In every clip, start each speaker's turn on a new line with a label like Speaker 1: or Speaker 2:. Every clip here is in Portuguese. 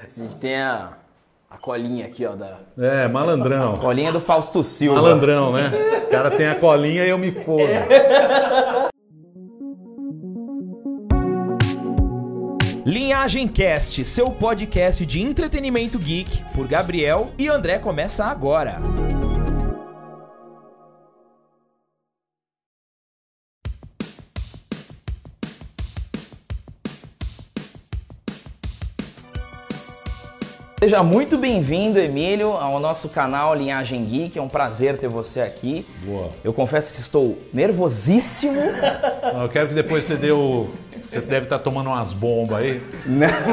Speaker 1: A gente tem a, a colinha aqui, ó, da...
Speaker 2: É, malandrão.
Speaker 3: Colinha do Fausto Silva.
Speaker 2: Malandrão, né? O cara tem a colinha e eu me fodo.
Speaker 4: Linhagem Cast, seu podcast de entretenimento geek, por Gabriel e André começa agora.
Speaker 3: Seja muito bem-vindo, Emílio, ao nosso canal Linhagem Geek. É um prazer ter você aqui.
Speaker 2: Boa.
Speaker 3: Eu confesso que estou nervosíssimo.
Speaker 2: Eu quero que depois você dê o. Você deve estar tomando umas bombas aí.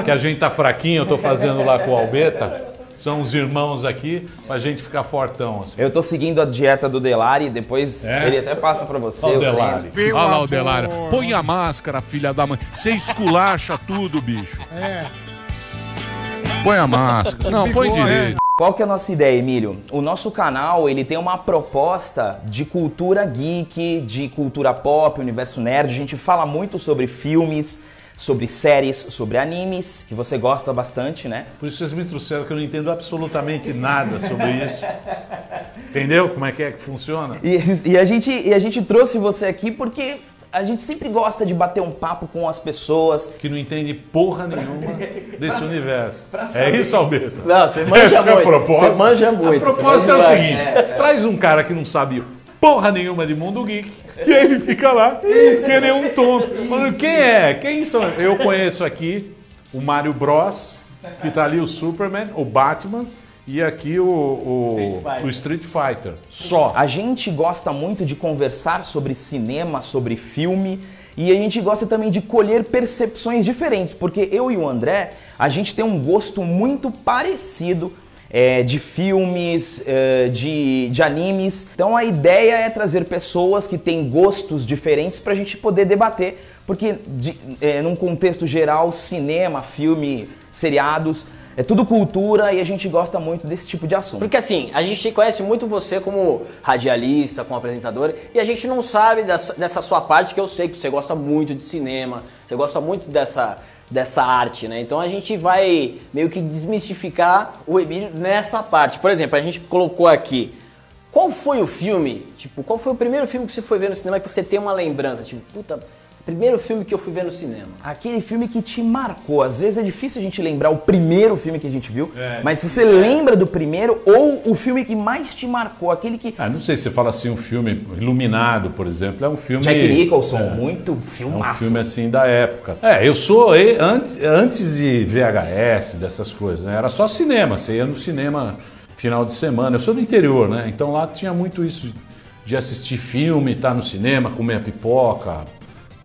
Speaker 2: Que a gente tá fraquinho, eu tô fazendo lá com o Albeta. São os irmãos aqui, pra gente ficar fortão assim.
Speaker 3: Eu tô seguindo a dieta do Delari, depois
Speaker 2: É?
Speaker 3: ele até passa pra você.
Speaker 2: Olha o
Speaker 3: eu
Speaker 2: Delari.
Speaker 3: treino.
Speaker 5: Meu
Speaker 6: Olha lá o
Speaker 5: amor.
Speaker 6: Delário. Põe a máscara, filha da mãe. Você esculacha tudo, bicho.
Speaker 5: É.
Speaker 6: Põe a máscara. Não, põe
Speaker 5: Bigode.
Speaker 6: direito.
Speaker 3: Qual que é a nossa ideia, Emílio? O nosso canal, ele tem uma proposta de cultura geek, de cultura pop, universo nerd. A gente fala muito sobre filmes, sobre séries, sobre animes, que você gosta bastante, né?
Speaker 2: Por isso vocês me trouxeram que eu não entendo absolutamente nada sobre isso. Entendeu como é que é que funciona?
Speaker 3: E, e a gente, e a gente trouxe você aqui porque a gente sempre gosta de bater um papo com as pessoas.
Speaker 2: Que não entende porra nenhuma desse universo. É isso, Albeta?
Speaker 3: Não, você manja
Speaker 2: Essa é a
Speaker 3: muito.
Speaker 2: proposta.
Speaker 3: Você manja muito.
Speaker 2: A
Speaker 3: Você
Speaker 2: proposta é o
Speaker 3: manja
Speaker 2: seguinte: traz um cara que não sabe porra nenhuma de mundo geek, e aí ele fica lá, que nem um tonto. Falando, quem é? Quem são? Eu conheço aqui o Mario Bros, que tá ali o Superman, o Batman, e aqui o, o, o Street Fighter. Só.
Speaker 3: A gente gosta muito de conversar sobre cinema, sobre filme. E a gente gosta também de colher percepções diferentes, porque eu e o André, a gente tem um gosto muito parecido é, de filmes, é, de, de animes. Então a ideia é trazer pessoas que têm gostos diferentes pra gente poder debater, porque de- é, num contexto geral, cinema, filme, seriados, é tudo cultura e a gente gosta muito desse tipo de assunto.
Speaker 1: Porque assim, a gente conhece muito você como radialista, como apresentador, e a gente não sabe dessa, dessa sua parte que eu sei que você gosta muito de cinema, você gosta muito dessa, dessa arte, né? Então a gente vai meio que desmistificar o Emílio nessa parte. Por exemplo, a gente colocou aqui. Qual foi o filme? Tipo, qual foi o primeiro filme que você foi ver no cinema que você tem uma lembrança? Tipo, puta, primeiro filme que eu fui ver no cinema.
Speaker 3: Aquele filme que te marcou. Às vezes é difícil a gente lembrar o primeiro filme que a gente viu,
Speaker 2: É.
Speaker 3: mas se você lembra do primeiro ou o filme que mais te marcou, aquele que.
Speaker 2: Ah, não sei se você fala assim, um filme iluminado, por exemplo, é um filme.
Speaker 3: Jack Nicholson, muito
Speaker 2: É um
Speaker 3: filmaço.
Speaker 2: filme assim da época. É, eu sou e- antes, antes de VHS, dessas coisas, né? Era só cinema, você ia no cinema final de semana. Eu sou do interior, né? Então lá tinha muito isso de assistir filme, estar no cinema, comer a pipoca,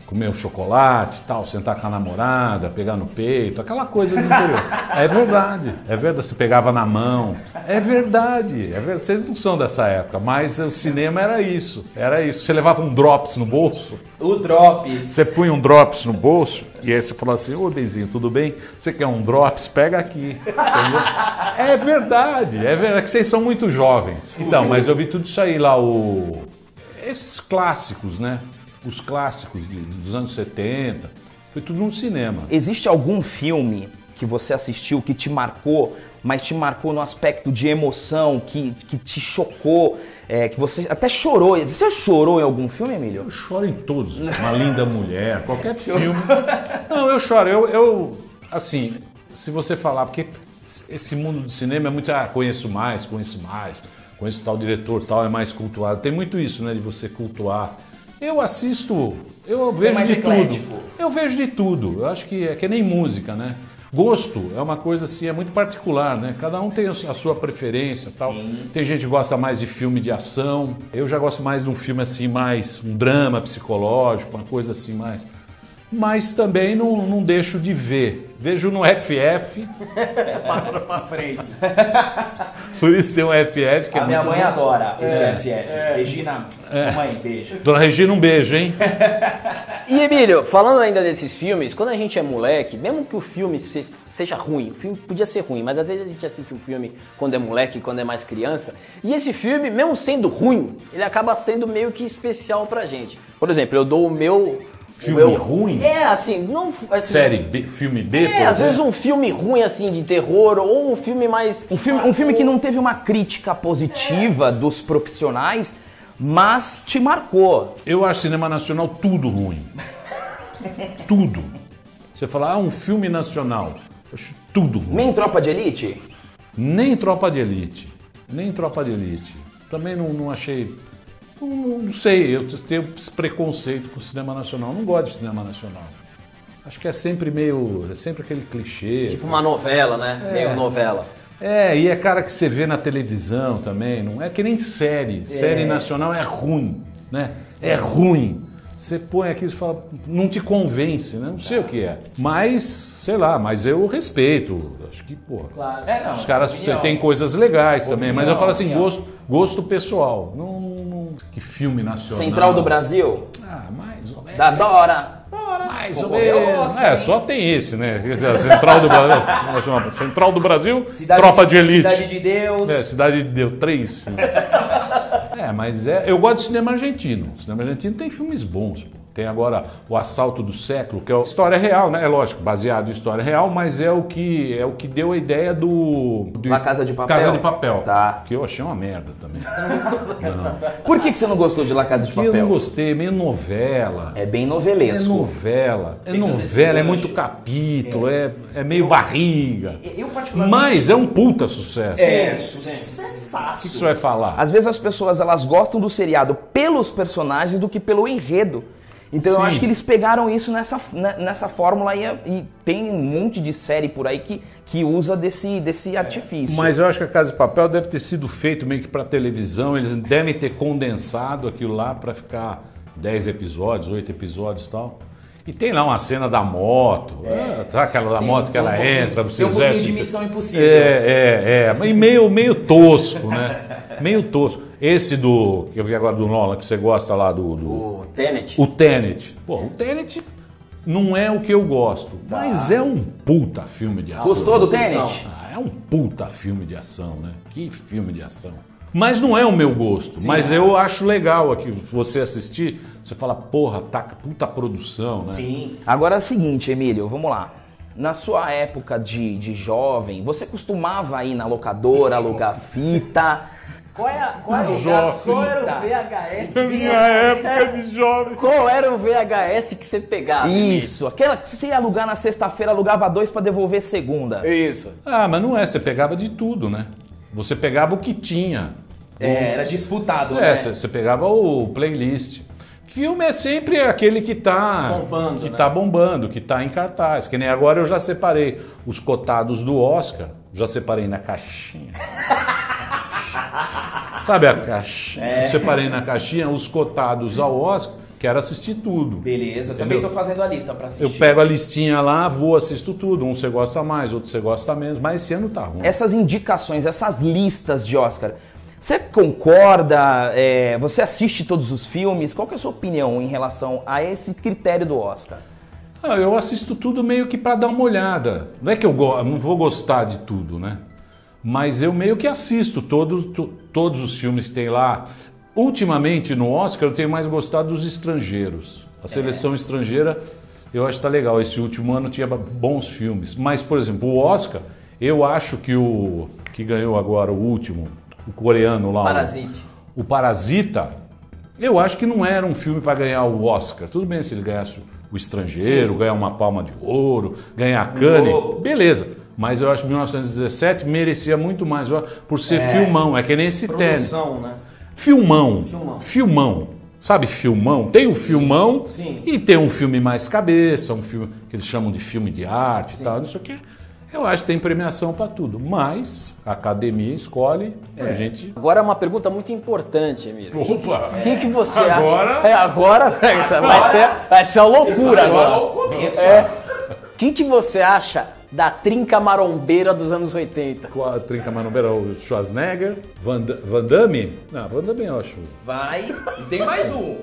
Speaker 2: comer o chocolate e tal, sentar com a namorada, pegar no peito, aquela coisa do interior. é verdade, é verdade, se pegava na mão. É verdade, é verdade. Vocês não são dessa época, mas o cinema era isso, era isso. Você levava um drops no bolso,
Speaker 7: O Drops.
Speaker 2: você punha um drops no bolso e aí você falou assim, ô Denzinho, tudo bem? Você quer um drops? Pega aqui. Entendeu? é verdade, é verdade que vocês são muito jovens. Então, mas eu vi tudo isso aí lá, o... Esses clássicos, né? Os clássicos de- dos anos 70. Foi tudo no cinema.
Speaker 3: Existe algum filme que você assistiu que te marcou, mas te marcou no aspecto de emoção, que, que te chocou, é, que você até chorou. Você chorou em algum filme, Emílio?
Speaker 2: Eu choro em todos. Uma linda mulher, qualquer filme. Não, eu choro. Eu, eu, assim, se você falar, porque esse mundo do cinema é muito, ah, conheço mais, conheço mais, conheço tal diretor, tal, é mais cultuado. Tem muito isso, né, de você cultuar. Eu assisto, eu vejo
Speaker 7: é mais
Speaker 2: de
Speaker 7: eclético.
Speaker 2: tudo. Eu vejo de tudo. Eu acho que é que nem música, né? Gosto é uma coisa assim, é muito particular, né? Cada um tem a su- a sua preferência tal. Tem gente que gosta mais de filme de ação. Eu já gosto mais de um filme assim, mais um drama psicológico, uma coisa assim mais. Mas também não, não deixo de ver. Vejo no FF,
Speaker 7: Passando pra frente.
Speaker 2: por isso tem um FF que é muito bom.
Speaker 3: adora esse
Speaker 2: É.
Speaker 3: FF. Regina, mãe, beijo.
Speaker 2: Dona Regina, um beijo, hein?
Speaker 1: E Emílio, falando ainda desses filmes, quando a gente é moleque, mesmo que o filme se- seja ruim, o filme podia ser ruim, mas às vezes a gente assiste um filme quando é moleque, quando é mais criança, e esse filme, mesmo sendo ruim, ele acaba sendo meio que especial pra gente. Por exemplo, eu dou o meu
Speaker 2: Filme
Speaker 1: eu-
Speaker 2: ruim?
Speaker 1: É, assim, não. assim,
Speaker 2: Série B, filme B, por
Speaker 1: É, às
Speaker 2: exemplo?
Speaker 1: vezes um filme ruim, assim, de terror, ou um filme mais.
Speaker 3: Um filme, um filme que não teve uma crítica positiva dos profissionais, mas te marcou.
Speaker 2: Eu acho cinema nacional tudo ruim. tudo. Você fala, ah, um filme nacional. Eu acho tudo ruim.
Speaker 3: Nem Tropa de Elite?
Speaker 2: Nem Tropa de Elite. Nem Tropa de Elite. Também não, não achei. Não, não- não sei, eu tenho esse preconceito com o cinema nacional. Não gosto de cinema nacional. Acho que é sempre meio. É sempre aquele clichê.
Speaker 1: Tipo uma novela, né? Meio novela.
Speaker 2: É, e é cara que você vê na televisão também, não é que nem série. Série nacional é ruim, né? É ruim. Você põe aqui e fala, não te convence, né? Não sei o que é. Mas, sei lá, mas eu respeito. Acho que, pô.
Speaker 7: Claro. É, não,
Speaker 2: Os caras
Speaker 7: opinião.
Speaker 2: têm coisas legais também, mas eu
Speaker 7: Opinião,
Speaker 2: falo assim,
Speaker 7: opinião.
Speaker 2: gosto, gosto pessoal. Não, não- que filme nacional.
Speaker 3: Central do Brasil?
Speaker 2: Ah, mais ou menos.
Speaker 3: Da Dora?
Speaker 2: Mais ou
Speaker 7: Concorreu,
Speaker 2: menos.
Speaker 7: assim.
Speaker 2: É, só tem esse, né? Quer dizer, Central do Brasil. Central do Brasil,
Speaker 7: Cidade
Speaker 2: Tropa de Elite.
Speaker 7: Cidade de Deus.
Speaker 2: É, Cidade deu três filmes. é, mas é. Eu gosto de cinema argentino. O cinema argentino tem filmes bons, pô. Tem agora O Assalto do Século, que é o- história real, né? É lógico, baseado em história real, mas é o que é o que deu a ideia do. do
Speaker 3: La Casa de Papel?
Speaker 2: Casa de Papel.
Speaker 3: Tá.
Speaker 2: Que eu achei uma merda também.
Speaker 3: Por que, que você não gostou de La Casa de
Speaker 2: Que É. eu não
Speaker 3: Papel?
Speaker 2: gostei, é meio novela.
Speaker 3: É bem
Speaker 2: É
Speaker 3: novelesco.
Speaker 2: novela, é novela, é muito capítulo, é, é meio barriga.
Speaker 7: Eu, particularmente.
Speaker 2: Mas é um puta sucesso.
Speaker 7: É,
Speaker 2: O
Speaker 7: sucesso.
Speaker 2: que, que você vai falar?
Speaker 3: Às vezes as pessoas elas gostam do seriado pelos personagens do que pelo enredo. Então eu
Speaker 2: Sim.
Speaker 3: acho que eles pegaram isso nessa, né, nessa fórmula e, e tem um monte de série por aí que, que usa desse, desse artifício.
Speaker 2: Mas eu acho que a Casa de Papel deve ter sido feito meio que pra televisão, eles devem ter condensado aquilo lá pra ficar 10 episódios, 8 episódios e tal. E tem lá uma cena da moto, é, sabe aquela da moto que ela entra, você
Speaker 7: Tem um pouquinho de
Speaker 2: exército.
Speaker 7: missão
Speaker 2: É,
Speaker 7: impossível.
Speaker 2: é, é. Mas meio, meio tosco, né? Meio tosco. Esse do. que eu vi agora do Nolan, que você gosta lá do- do
Speaker 1: O Tenet.
Speaker 2: O Tenet. Pô, o Tenet não é o que eu gosto, mas é um puta filme de ação.
Speaker 3: Gostou do Tenet?
Speaker 2: Ah, é um puta filme de ação, né? Que filme de ação. Mas não é o meu gosto, mas eu acho legal aqui você assistir, você fala, porra, tá puta produção, né?
Speaker 7: Sim.
Speaker 3: Agora é o seguinte, Emílio, vamos lá. Na sua época de, de jovem, você costumava ir na locadora, alugar fita?
Speaker 7: Qual é a. Qual é o
Speaker 2: Jovem.
Speaker 7: qual era o VHS?
Speaker 2: É época de jovem.
Speaker 1: Qual era o VHS que você
Speaker 2: Ah,
Speaker 1: pegava?
Speaker 3: Isso, aquela que você ia alugar na sexta-feira, alugava dois pra devolver segunda.
Speaker 1: Isso.
Speaker 2: Ah, mas não é, você pegava de tudo, né? Você pegava o que tinha.
Speaker 7: É, era disputado.
Speaker 2: É,
Speaker 7: né?
Speaker 2: você você pegava o playlist. Filme é sempre aquele que tá
Speaker 7: Bombando,
Speaker 2: que
Speaker 7: né?
Speaker 2: tá bombando, que tá em cartaz. Que nem agora eu já separei os cotados do Oscar, já separei na caixinha. Sabe a caixinha?
Speaker 7: É.
Speaker 2: Eu separei na caixinha os cotados ao Oscar, quero assistir tudo.
Speaker 7: Beleza, também
Speaker 2: Entendeu?
Speaker 7: tô fazendo a lista pra assistir.
Speaker 2: Eu pego a listinha lá, vou, assisto tudo. Um você gosta mais, outro você gosta menos, mas esse ano tá ruim.
Speaker 3: Essas indicações, essas listas de Oscar, você concorda? É, você assiste todos os filmes? Qual que é a sua opinião em relação a esse critério do Oscar?
Speaker 2: Ah, eu assisto tudo meio que pra dar uma olhada. Não é que eu go- não vou gostar de tudo, né? Mas eu meio que assisto todos, to- todos os filmes que tem lá. Ultimamente no Oscar eu tenho mais gostado dos estrangeiros. A seleção estrangeira eu acho que tá legal. Esse último ano tinha ba- bons filmes. Mas, por exemplo, o Oscar, eu acho que o que ganhou agora o último, o coreano lá. o-
Speaker 1: Parasite.
Speaker 2: o Parasita, eu acho que não era um filme para ganhar o Oscar. Tudo bem se ele ganhasse o estrangeiro, ganhar uma palma de ouro, ganhar a Cannes, beleza. Mas eu acho que 1917 merecia muito mais ó, por ser filmão. É que nem esse tênis.
Speaker 7: Produção, né?
Speaker 2: Filmão. Filmão.
Speaker 7: Filmão.
Speaker 2: Sabe filmão? Tem o filmão
Speaker 7: Sim.
Speaker 2: e tem um filme mais cabeça, um filme que eles chamam de filme de arte e tal, não sei o quê. Eu acho que tem premiação para tudo. Mas a academia escolhe, a
Speaker 7: É.
Speaker 2: gente...
Speaker 1: Agora uma pergunta muito importante, Emílio.
Speaker 2: Opa!
Speaker 1: O que, que você
Speaker 2: Agora-
Speaker 1: acha? É, agora vai ser, vai ser a loucura
Speaker 7: Isso é
Speaker 1: agora.
Speaker 7: só o começo.
Speaker 1: O que, que você acha da trinca marombeira dos anos 80?
Speaker 2: Com a Trinca Manobera, o Schwarzenegger, Van, Da- Van Damme? Não, Van Damme eu acho.
Speaker 7: Vai. E tem mais um.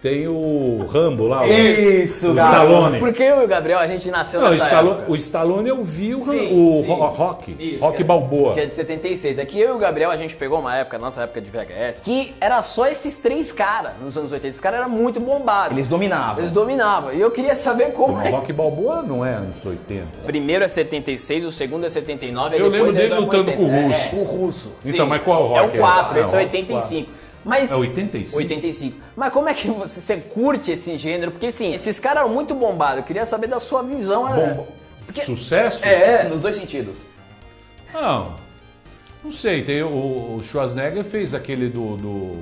Speaker 2: tem o Rambo lá. o-
Speaker 7: Isso,
Speaker 2: o
Speaker 7: garoto.
Speaker 2: Stallone.
Speaker 1: Porque eu e o Gabriel, a gente nasceu
Speaker 2: Não, o,
Speaker 1: nessa
Speaker 7: tá
Speaker 2: Stallone,
Speaker 1: época.
Speaker 2: o Stallone eu vi o, Ram-
Speaker 7: Sim,
Speaker 2: o
Speaker 7: sim.
Speaker 2: Ro- Rock,
Speaker 1: Isso,
Speaker 2: Rock
Speaker 1: que é-
Speaker 2: Balboa.
Speaker 1: Que é de 76. É que eu e o Gabriel, a gente pegou uma época, nossa época de VHS, que era só esses três caras nos anos 80. Esses caras eram muito bombados.
Speaker 3: Eles dominavam.
Speaker 1: Eles dominavam. E eu queria saber como
Speaker 2: O
Speaker 1: é
Speaker 2: Rock
Speaker 1: que-
Speaker 2: Balboa não é anos 80.
Speaker 1: Primeiro é 76, o segundo é 79. aí
Speaker 2: Eu
Speaker 1: depois
Speaker 2: lembro
Speaker 1: é
Speaker 2: dele
Speaker 1: do
Speaker 2: lutando
Speaker 1: 80.
Speaker 2: com o russo.
Speaker 1: É, é, o russo.
Speaker 2: Então, mas qual rock
Speaker 1: É
Speaker 2: é?
Speaker 1: o 4,
Speaker 2: Ah,
Speaker 1: esse é
Speaker 2: rock,
Speaker 1: 85. Mas,
Speaker 2: É 85?
Speaker 1: 85. Mas como é que você, você curte esse gênero? Porque, assim, esses caras eram muito bombados. Eu queria saber da sua visão. né?
Speaker 2: Bom,
Speaker 1: Porque-
Speaker 2: Sucesso?
Speaker 1: É, nos dois sentidos.
Speaker 2: Não. Não sei, tem o, o Schwarzenegger fez aquele do, do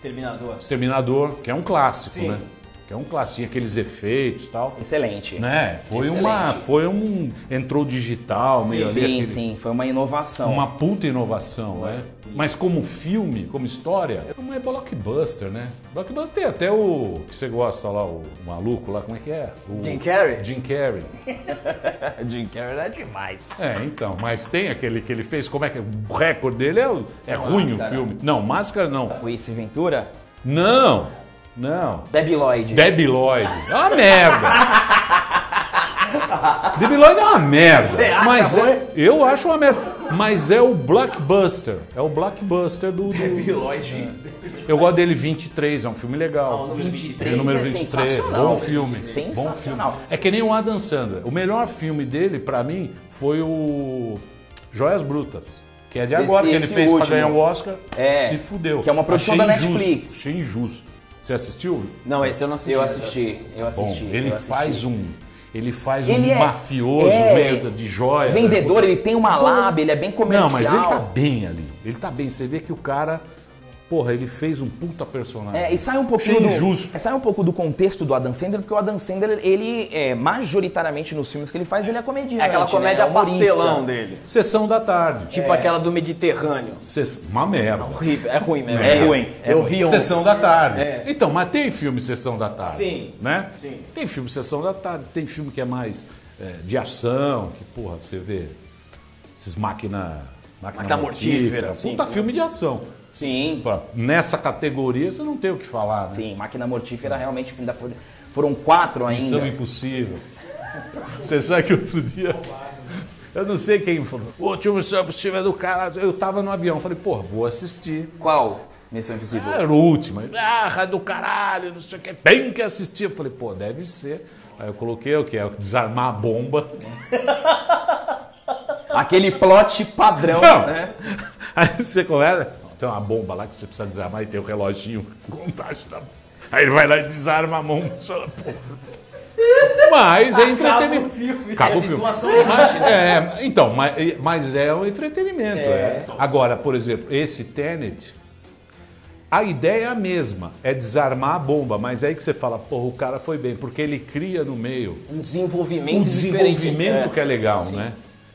Speaker 7: Terminador.
Speaker 2: Exterminador, que é um clássico, né? Que é um clássico, tinha aqueles efeitos e tal.
Speaker 3: Excelente.
Speaker 2: Né? Foi uma. Foi um. Entrou digital, meio ali.
Speaker 3: Sim,
Speaker 2: aquele-
Speaker 3: sim, foi uma inovação.
Speaker 2: né? Uma puta inovação, né? Mas como filme, como história, não é blockbuster, né? Blockbuster tem até o que você gosta lá, o maluco lá, como é que é? O
Speaker 1: Jim Carrey?
Speaker 2: Jim Carrey.
Speaker 1: Jim Carrey é demais.
Speaker 2: É, então, mas tem aquele que ele fez, como é que é? O recorde dele é, o- é ruim o filme. Não, Máscara não.
Speaker 3: O Ace Ventura?
Speaker 2: Não, não.
Speaker 3: Debbie Lloyd.
Speaker 2: Debbie Lloyd. É uma merda. Debbie Lloyd é uma merda. Mas é, eu acho uma merda. Mas é o blockbuster. É o blockbuster do. do...
Speaker 7: Lógico.
Speaker 2: Eu gosto dele 23, é um filme legal.
Speaker 7: 23
Speaker 2: o número
Speaker 3: é
Speaker 2: 23,
Speaker 3: sensacional.
Speaker 2: bom filme. Bom filme.
Speaker 3: Sensacional.
Speaker 2: É que nem o Adam Sandler. O melhor filme dele, pra mim, foi o Joias Brutas. Que é de agora, que ele
Speaker 3: esse
Speaker 2: fez pra
Speaker 3: último.
Speaker 2: ganhar o Oscar.
Speaker 3: É,
Speaker 2: Se fudeu.
Speaker 3: que é uma produção
Speaker 2: Achei
Speaker 3: da
Speaker 2: injusto,
Speaker 3: Netflix.
Speaker 2: Achei injusto. Você assistiu?
Speaker 3: Não, esse eu não assisti. Eu assisti, eu
Speaker 2: Bom,
Speaker 3: assisti.
Speaker 2: ele
Speaker 3: eu assisti.
Speaker 2: faz um. Ele faz
Speaker 3: Ele
Speaker 2: um
Speaker 3: é-
Speaker 2: mafioso
Speaker 3: é-
Speaker 2: meio de joia.
Speaker 3: Vendedor, ele tem uma lábia, ele é bem comercial.
Speaker 2: Não, mas ele tá bem ali. Ele tá bem. Você vê que o cara. Porra, ele fez um puta personagem.
Speaker 3: É, e sai um pouquinho
Speaker 2: Achei
Speaker 3: do,
Speaker 2: injusto.
Speaker 3: é, sai um pouco do contexto do Adam Sandler, porque o Adam Sandler, ele é, majoritariamente nos filmes que ele faz, ele é comediante.
Speaker 1: É aquela
Speaker 3: né?
Speaker 1: comédia
Speaker 3: É humorista.
Speaker 1: pastelão dele.
Speaker 2: Sessão da tarde.
Speaker 1: Tipo aquela do Mediterrâneo.
Speaker 2: Sess- Uma merda.
Speaker 1: Horrível, é ruim mesmo.
Speaker 2: É
Speaker 3: ruim, é
Speaker 1: eu
Speaker 3: ruim.
Speaker 1: vi um.
Speaker 2: Sessão da tarde.
Speaker 1: É.
Speaker 2: Então, mas tem filme Sessão da Tarde.
Speaker 7: Sim.
Speaker 2: Né?
Speaker 7: Sim.
Speaker 2: Tem filme Sessão da Tarde, tem filme que é mais é, de ação, que, porra, você vê esses máquina. Máquina,
Speaker 1: Máquina mortífera, sim.
Speaker 2: Puta filme de ação.
Speaker 3: Sim,
Speaker 2: Pra- Nessa categoria você não tem o que falar, né?
Speaker 3: sim. Máquina Mortífera, realmente, ainda foram, foram quatro ainda.
Speaker 2: Missão impossível. Você sabe que outro dia. Eu não sei quem falou. O último Missão Impossível é do cara. Eu tava no avião. Falei, porra, vou assistir.
Speaker 3: Qual? Missão Impossível.
Speaker 2: Ah, Era o último. Aí, Ah, é do caralho, não sei o que. Tem que assistir. Eu falei, pô, deve ser. Aí eu coloquei o que? É desarmar a bomba.
Speaker 3: Aquele plot padrão,
Speaker 2: Não.
Speaker 3: né?
Speaker 2: Então, Aí você começa. Tem uma bomba lá que você precisa desarmar e tem o reloginho com contagem da bomba. Aí ele vai lá e desarma a bomba. Você fala, pô. Mas é entretenimento. Acaba o filme. É
Speaker 7: situação
Speaker 2: Mas, é, então, mas, mas é um entretenimento. é. Agora, por exemplo, esse Tenet, a ideia é a mesma, é desarmar a bomba, mas é aí que você fala, porra, o cara foi bem, porque ele cria no meio
Speaker 1: um desenvolvimento
Speaker 2: um
Speaker 1: diferente.
Speaker 2: desenvolvimento que é legal, né?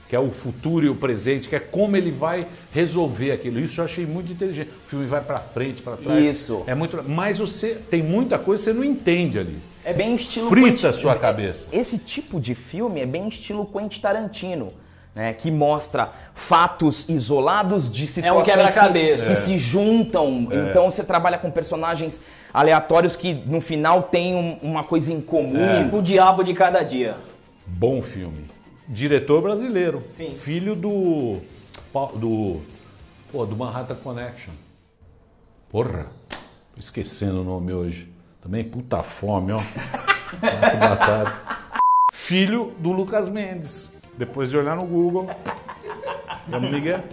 Speaker 2: Que é o futuro e o presente, que é como ele vai resolver aquilo. Isso eu achei muito inteligente. O filme vai pra frente, pra trás.
Speaker 3: Isso.
Speaker 2: É muito, mas você tem muita coisa que você não entende ali.
Speaker 3: É bem estilo...
Speaker 2: Frita a sua cabeça.
Speaker 3: Esse tipo de filme é bem estilo Quentin Tarantino, né? Que mostra fatos isolados de situações
Speaker 1: quebra-cabeça.
Speaker 3: que, que
Speaker 1: É.
Speaker 3: se juntam. Então você trabalha com personagens aleatórios que no final tem um- uma coisa em comum.
Speaker 1: Tipo o diabo de cada dia.
Speaker 2: Bom filme. Diretor brasileiro.
Speaker 1: Sim.
Speaker 2: Filho do. Pau- do. Pô, do Manhattan Connection. Porra! Tô esquecendo o nome hoje. Também puta fome, ó. Nossa, Boa tarde. Filho do Lucas Mendes. Depois de olhar no Google. Chama Miguel.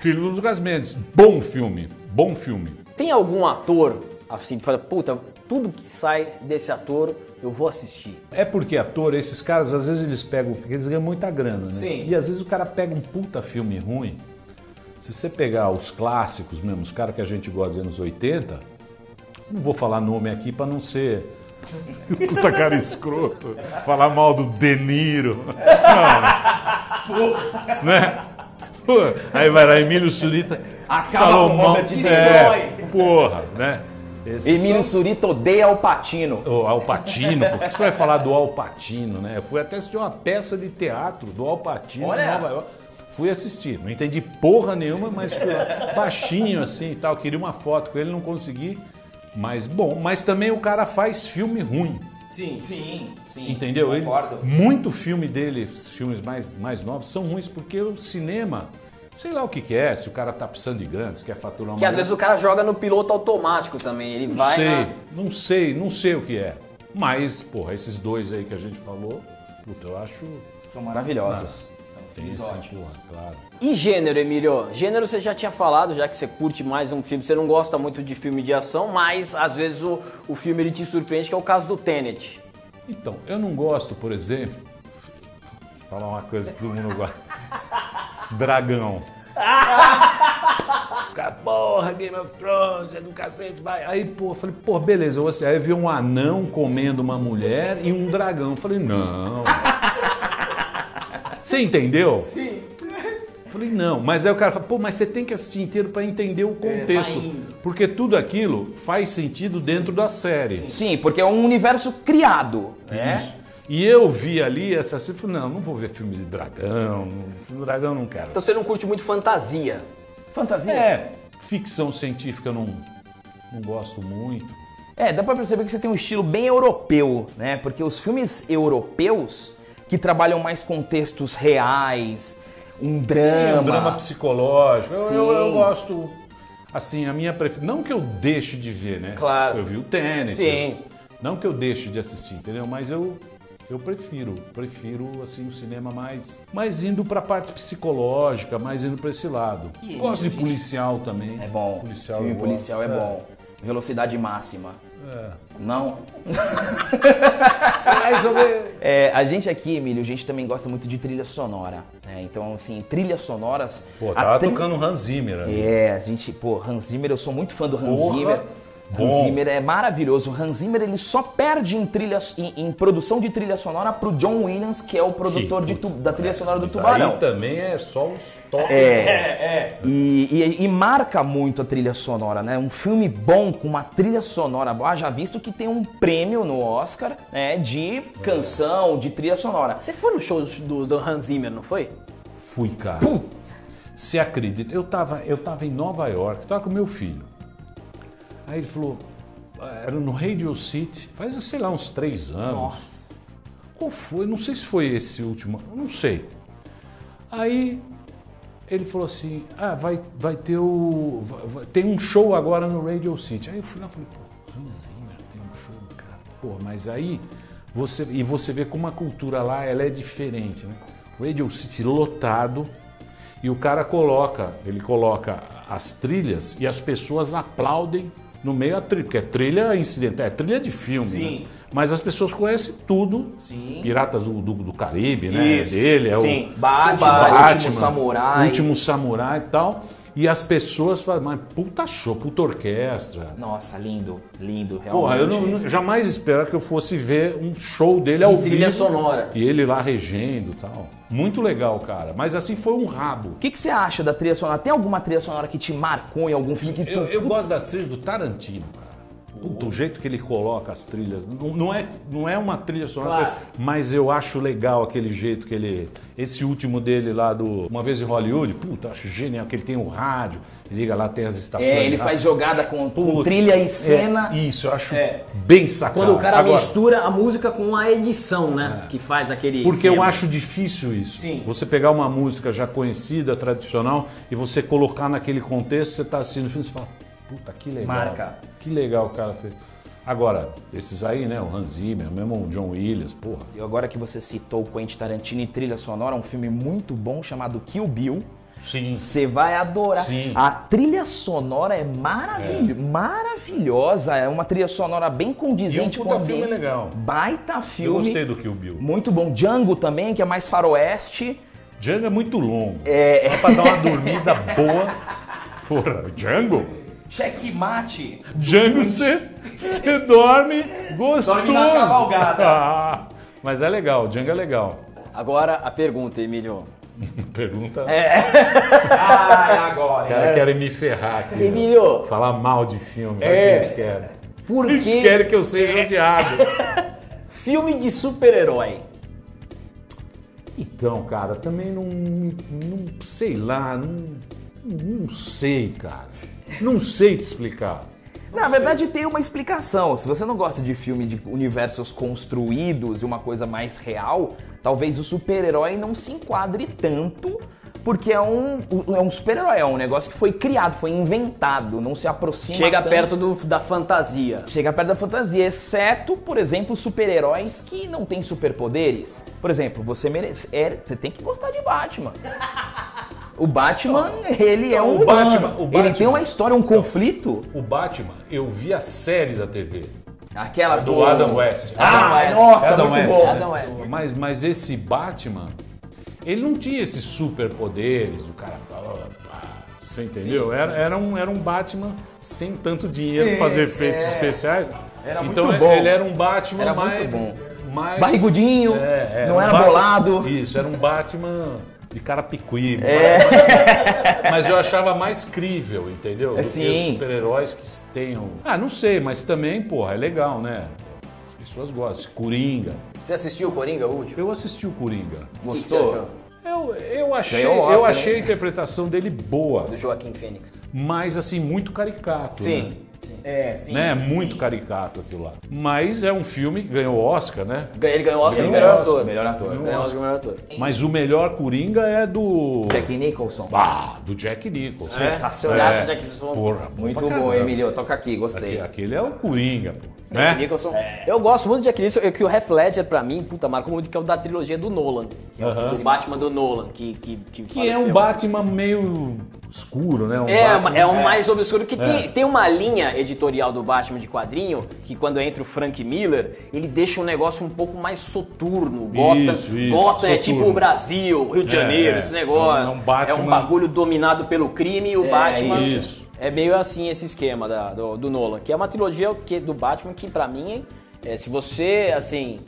Speaker 2: Filho do Lucas Mendes. Bom filme. Bom filme.
Speaker 1: Tem algum ator assim que fala, puta, tudo que sai desse ator eu vou assistir.
Speaker 2: É porque ator, esses caras, às vezes eles pegam, porque eles ganham muita grana, né?
Speaker 7: Sim.
Speaker 2: E às vezes o cara pega um puta filme ruim. Se você pegar os clássicos mesmo, os caras que a gente gosta dos anos 80, não vou falar nome aqui pra não ser. Puta cara escroto. Falar mal do De Niro. Não. né? Pô, aí vai lá, Emílio Surita.
Speaker 3: Acaba com uma obra de
Speaker 2: é, Porra, né? Esses
Speaker 3: Emílio
Speaker 2: são-
Speaker 3: Surita odeia o Patino.
Speaker 2: o Alpatino, por que você vai falar do Alpatino, né? Eu fui até assistir uma peça de teatro do Alpatino em
Speaker 7: Olha!
Speaker 2: Nova York. Fui assistir, não entendi porra nenhuma, mas fui lá, baixinho assim e tal, queria uma foto com ele, não consegui. Mas bom, mas também o cara faz filme ruim.
Speaker 3: Sim, sim, sim.
Speaker 2: Entendeu? Ele,
Speaker 3: Concordo.
Speaker 2: muito filme dele, os filmes mais, mais novos, são ruins porque o cinema, sei lá o que, que é, se o cara tá precisando de grandes, quer faturar uma
Speaker 1: Que às vezes o cara joga no piloto automático também. Ele
Speaker 2: não
Speaker 1: vai.
Speaker 2: sei,
Speaker 1: na-
Speaker 2: não sei, não sei o que é. Mas, porra, esses dois aí que a gente falou, puta, eu acho.
Speaker 3: São maravilhosos.
Speaker 2: Tem esse, porra, claro.
Speaker 1: E gênero, Emílio? Gênero você já tinha falado, já que você curte mais um filme, você não gosta muito de filme de ação, mas às vezes o, o filme ele te surpreende, que é o caso do Tenet.
Speaker 2: Então, eu não gosto, por exemplo, vou falar uma coisa que todo mundo gosta. Dragão. Cara, Porra, Game of Thrones, é do cacete, vai. Aí, pô, eu falei, pô, beleza. eu vou assistir. Aí eu vi um anão comendo uma mulher e um dragão. Eu falei, não. Você entendeu? Sim. Falei, não. Mas aí o cara fala, pô, mas você tem que assistir inteiro pra entender o contexto. porque tudo aquilo faz sentido dentro da série.
Speaker 3: Sim, porque é um universo criado, né?
Speaker 2: Isso. E eu vi ali essa cena e falei, não, não vou ver filme de dragão, filme de dragão não quero.
Speaker 1: Então você não curte muito fantasia.
Speaker 3: Fantasia.
Speaker 2: É, ficção científica eu não, não gosto muito.
Speaker 3: É, dá pra perceber que você tem um estilo bem europeu, né? Porque os filmes europeus que trabalham mais com textos reais, um drama.
Speaker 2: É um drama psicológico, eu, eu, eu
Speaker 3: Sim.
Speaker 2: gosto, assim, a minha preferência, não que eu deixe de ver, né?
Speaker 1: Claro.
Speaker 2: Eu vi o Tenet.
Speaker 1: Sim.
Speaker 2: eu- não que eu deixe de assistir, entendeu? Mas eu... Eu prefiro, prefiro assim o cinema mais, mais indo pra parte psicológica, mais indo pra esse lado. Gosto de policial também.
Speaker 3: É bom.
Speaker 2: Policial, eu
Speaker 3: filme
Speaker 2: gosto. É.
Speaker 3: policial é, bom. Velocidade máxima. Não.
Speaker 2: Mais ou menos.
Speaker 3: É, a gente aqui, Emílio, a gente também gosta muito de trilha sonora. né? Então, assim, trilhas sonoras.
Speaker 2: Pô,
Speaker 3: a
Speaker 2: tava
Speaker 3: tri-
Speaker 2: tocando Hans Zimmer ali.
Speaker 3: É, a gente, pô, Hans Zimmer, eu sou muito fã do Hans
Speaker 2: Porra,
Speaker 3: Zimmer.
Speaker 2: bom.
Speaker 3: Hans Zimmer é maravilhoso. O Hans Zimmer ele só perde em, trilha, em, em produção de trilha sonora pro John Williams, que é o produtor de tu-
Speaker 2: puta,
Speaker 3: da trilha sonora do
Speaker 2: Mas
Speaker 3: Tubarão. É.
Speaker 2: Aí também é só os toques.
Speaker 3: E, e- e marca muito a trilha sonora, né? Um filme bom com uma trilha sonora boa, já visto que tem um prêmio no Oscar, né? De canção, de trilha sonora.
Speaker 1: Você foi no show do, do Hans Zimmer, não foi?
Speaker 2: Fui, cara. Você acredita? Eu tava, eu tava em Nova York, tava com meu filho. Aí ele falou, eh, era no Radio City, faz, sei lá, uns três anos. Nossa. Qual foi? Não sei se foi esse último, não sei. Aí ele falou assim, ah, vai, vai ter o... vai- vai- tem um show agora no Radio City. Aí eu fui lá e falei, pô, Hans Zimmer tem um show, cara. Pô, mas aí você... E você vê como a cultura lá, ela é diferente, né? Radio City lotado e o cara coloca, ele coloca as trilhas e as pessoas aplaudem no meio da trilha, porque é trilha incidental, é trilha de filme, né? Mas as pessoas conhecem tudo. Piratas do, do, do Caribe, né?
Speaker 1: Isso.
Speaker 2: Dele, é o,
Speaker 3: Batman, Último Samurai.
Speaker 2: Último Samurai e tal. E as pessoas falam, mas puta show, puta orquestra.
Speaker 3: Nossa, lindo, lindo, realmente.
Speaker 2: Porra, eu não- não- jamais esperava que eu fosse ver um show dele ao
Speaker 1: trilha
Speaker 2: vivo.
Speaker 1: sonora.
Speaker 2: E ele lá regendo e tal. Muito legal, cara. Mas assim foi um rabo.
Speaker 3: O que, que você acha da trilha sonora? Tem alguma trilha sonora que te marcou em algum filme que tu...
Speaker 2: Eu, eu gosto das trilhas do Tarantino, cara. Puta, o jeito que ele coloca as trilhas. Não, não é, não é uma trilha sonora,
Speaker 1: Claro.
Speaker 2: mas eu acho legal aquele jeito que ele. Esse último dele lá do. Uma vez em Hollywood, puta, eu acho genial, que ele tem o rádio, liga lá, tem as estações.
Speaker 3: É, ele
Speaker 2: lá.
Speaker 3: faz jogada com, com
Speaker 2: Puta.
Speaker 3: trilha e
Speaker 2: É,
Speaker 3: cena.
Speaker 2: isso, eu acho bem sacado.
Speaker 1: Quando o cara
Speaker 2: Agora, É.
Speaker 1: mistura a música com a edição, né? Que faz aquele.
Speaker 2: Porque eu
Speaker 1: esquema.
Speaker 2: acho difícil isso. Você pegar uma música já conhecida, tradicional, e você colocar naquele contexto, você tá assistindo o filme e você fala, puta, que legal.
Speaker 3: Marca.
Speaker 2: Que legal o cara fez. Agora, esses aí, né? O Hans Zimmer, mesmo o John Williams, porra.
Speaker 3: E agora que você citou o Quentin Tarantino e trilha sonora, um filme muito bom chamado Kill Bill.
Speaker 2: Sim.
Speaker 3: Você vai adorar.
Speaker 2: Sim.
Speaker 3: A trilha sonora é maravilho- maravilhosa. É uma trilha sonora bem
Speaker 2: E um
Speaker 3: condizente
Speaker 2: puta
Speaker 3: com o
Speaker 2: filme
Speaker 3: ambiente.
Speaker 2: legal.
Speaker 3: Baita
Speaker 2: Eu
Speaker 3: filme.
Speaker 2: gostei do Kill Bill.
Speaker 3: Muito bom. Django também, que é mais faroeste.
Speaker 2: Django é muito longo. É. Dá pra dar uma dormida boa. Porra, Django?
Speaker 7: Checkmate.
Speaker 2: Django, você você dorme gostoso.
Speaker 7: Dorme na cavalgada.
Speaker 2: Ah, mas é legal, Django é legal.
Speaker 1: Agora a pergunta, Emílio.
Speaker 2: Pergunta.
Speaker 7: Ah, é
Speaker 2: Os
Speaker 7: agora.
Speaker 2: caras querem me ferrar aqui. né?
Speaker 1: Emílio.
Speaker 2: Falar mal de filme. É. o que Eles querem.
Speaker 1: Por
Speaker 2: Eles
Speaker 1: que
Speaker 2: querem que eu seja odiado.
Speaker 1: filme de super-herói?
Speaker 2: Então, cara, também não, não sei lá, não, não sei, cara. Não sei te explicar.
Speaker 3: Na verdade, tem uma explicação. Se você não gosta de filme de universos construídos e uma coisa mais real, talvez o super-herói não se enquadre tanto, porque é um, é um super-herói, é um negócio que foi criado, foi inventado, não se aproxima.
Speaker 1: Chega
Speaker 3: tanto.
Speaker 1: perto do- da fantasia.
Speaker 3: Chega perto da fantasia, exceto, por exemplo, super-heróis que não têm superpoderes. Por exemplo, você merece. é, você tem que gostar de Batman. O Batman, ele é
Speaker 2: Não,
Speaker 3: um.
Speaker 2: Então, o
Speaker 3: humano.
Speaker 2: Batman- o
Speaker 3: Ele
Speaker 2: Batman-
Speaker 3: tem uma história, um conflito.
Speaker 2: O Batman, eu vi a série da TV,
Speaker 3: Aquela
Speaker 2: É do Adam West.
Speaker 3: Ah,
Speaker 2: Adam West.
Speaker 3: nossa,
Speaker 2: Adam
Speaker 3: muito
Speaker 2: West,
Speaker 3: bom.
Speaker 2: né?
Speaker 1: Adam West.
Speaker 2: Mas, mas esse Batman, ele não tinha esses superpoderes, o cara... pá, pá, pá. Você entendeu? Era, era, um, era um Batman sem tanto dinheiro, fazer efeitos especiais.
Speaker 3: Era
Speaker 2: então
Speaker 3: muito
Speaker 2: ele-
Speaker 3: bom.
Speaker 2: ele era um Batman
Speaker 3: Era muito
Speaker 2: mais...
Speaker 3: bom.
Speaker 2: mais-
Speaker 3: Barrigudinho,
Speaker 2: É,
Speaker 3: não
Speaker 2: um
Speaker 3: era
Speaker 2: Batman-
Speaker 3: bolado.
Speaker 2: Isso, era um Batman de cara picuí. É. Mas eu achava mais crível, entendeu? Do que
Speaker 3: Sim.
Speaker 2: os super-heróis que tenham. Ah, não sei, mas também, porra, é legal, né? As pessoas gostam. Coringa.
Speaker 1: Você assistiu o Coringa o último?
Speaker 2: Eu assisti o Coringa.
Speaker 1: O que, que você
Speaker 3: Gostou?
Speaker 1: achou?
Speaker 2: Eu, eu achei,
Speaker 3: Ganhou o Oscar,
Speaker 2: eu achei a interpretação dele boa,
Speaker 1: Do Joaquim Fênix.
Speaker 2: mas assim, muito caricato. né?
Speaker 1: Sim.
Speaker 7: É, sim.
Speaker 2: Né? É muito caricato aquilo lá. Mas é um filme que ganhou o Oscar, né?
Speaker 1: Ele ganhou o Oscar de
Speaker 2: Ganhou
Speaker 1: melhor
Speaker 2: o Oscar,
Speaker 1: ator.
Speaker 2: melhor ator.
Speaker 1: Ganhou o Oscar de melhor ator.
Speaker 2: Mas o melhor Coringa é do.
Speaker 3: Jack Nicholson.
Speaker 2: Ah, do Jack Nicholson. É.
Speaker 1: Sensacional. Você acha, Jack Nicholson?
Speaker 2: Porra,
Speaker 3: Muito
Speaker 2: pra
Speaker 3: bom,
Speaker 2: caramba.
Speaker 3: Emilio. Toca aqui, gostei.
Speaker 2: Aquele, aquele é o Coringa, pô.
Speaker 1: Jack
Speaker 2: Né?
Speaker 1: Nicholson. É? Eu gosto muito de Jack Nicholson, é que o Heath Ledger, pra mim, puta, marcou muito, que é o da trilogia do Nolan.
Speaker 2: Aham.
Speaker 1: O Batman do Nolan, que Que, que,
Speaker 2: Que é um
Speaker 1: faleceu.
Speaker 2: Batman meio escuro, né? Um
Speaker 1: né? É,
Speaker 2: Batman- É.
Speaker 1: é o mais obscuro que tem, tem uma linha editorial do Batman de quadrinho que quando entra o Frank Miller, ele deixa um negócio um pouco mais soturno. Gotham,
Speaker 2: Isso, isso,
Speaker 1: Gotham é
Speaker 2: soturno.
Speaker 1: tipo o Brasil, Rio de
Speaker 2: É,
Speaker 1: Janeiro,
Speaker 2: é.
Speaker 1: esse negócio.
Speaker 2: É um Batman-
Speaker 1: É um bagulho dominado pelo crime e o
Speaker 3: É,
Speaker 1: Batman
Speaker 2: isso.
Speaker 1: é meio assim esse esquema da- do, do Nolan, que é uma trilogia que, do Batman que pra mim, é, se você assim,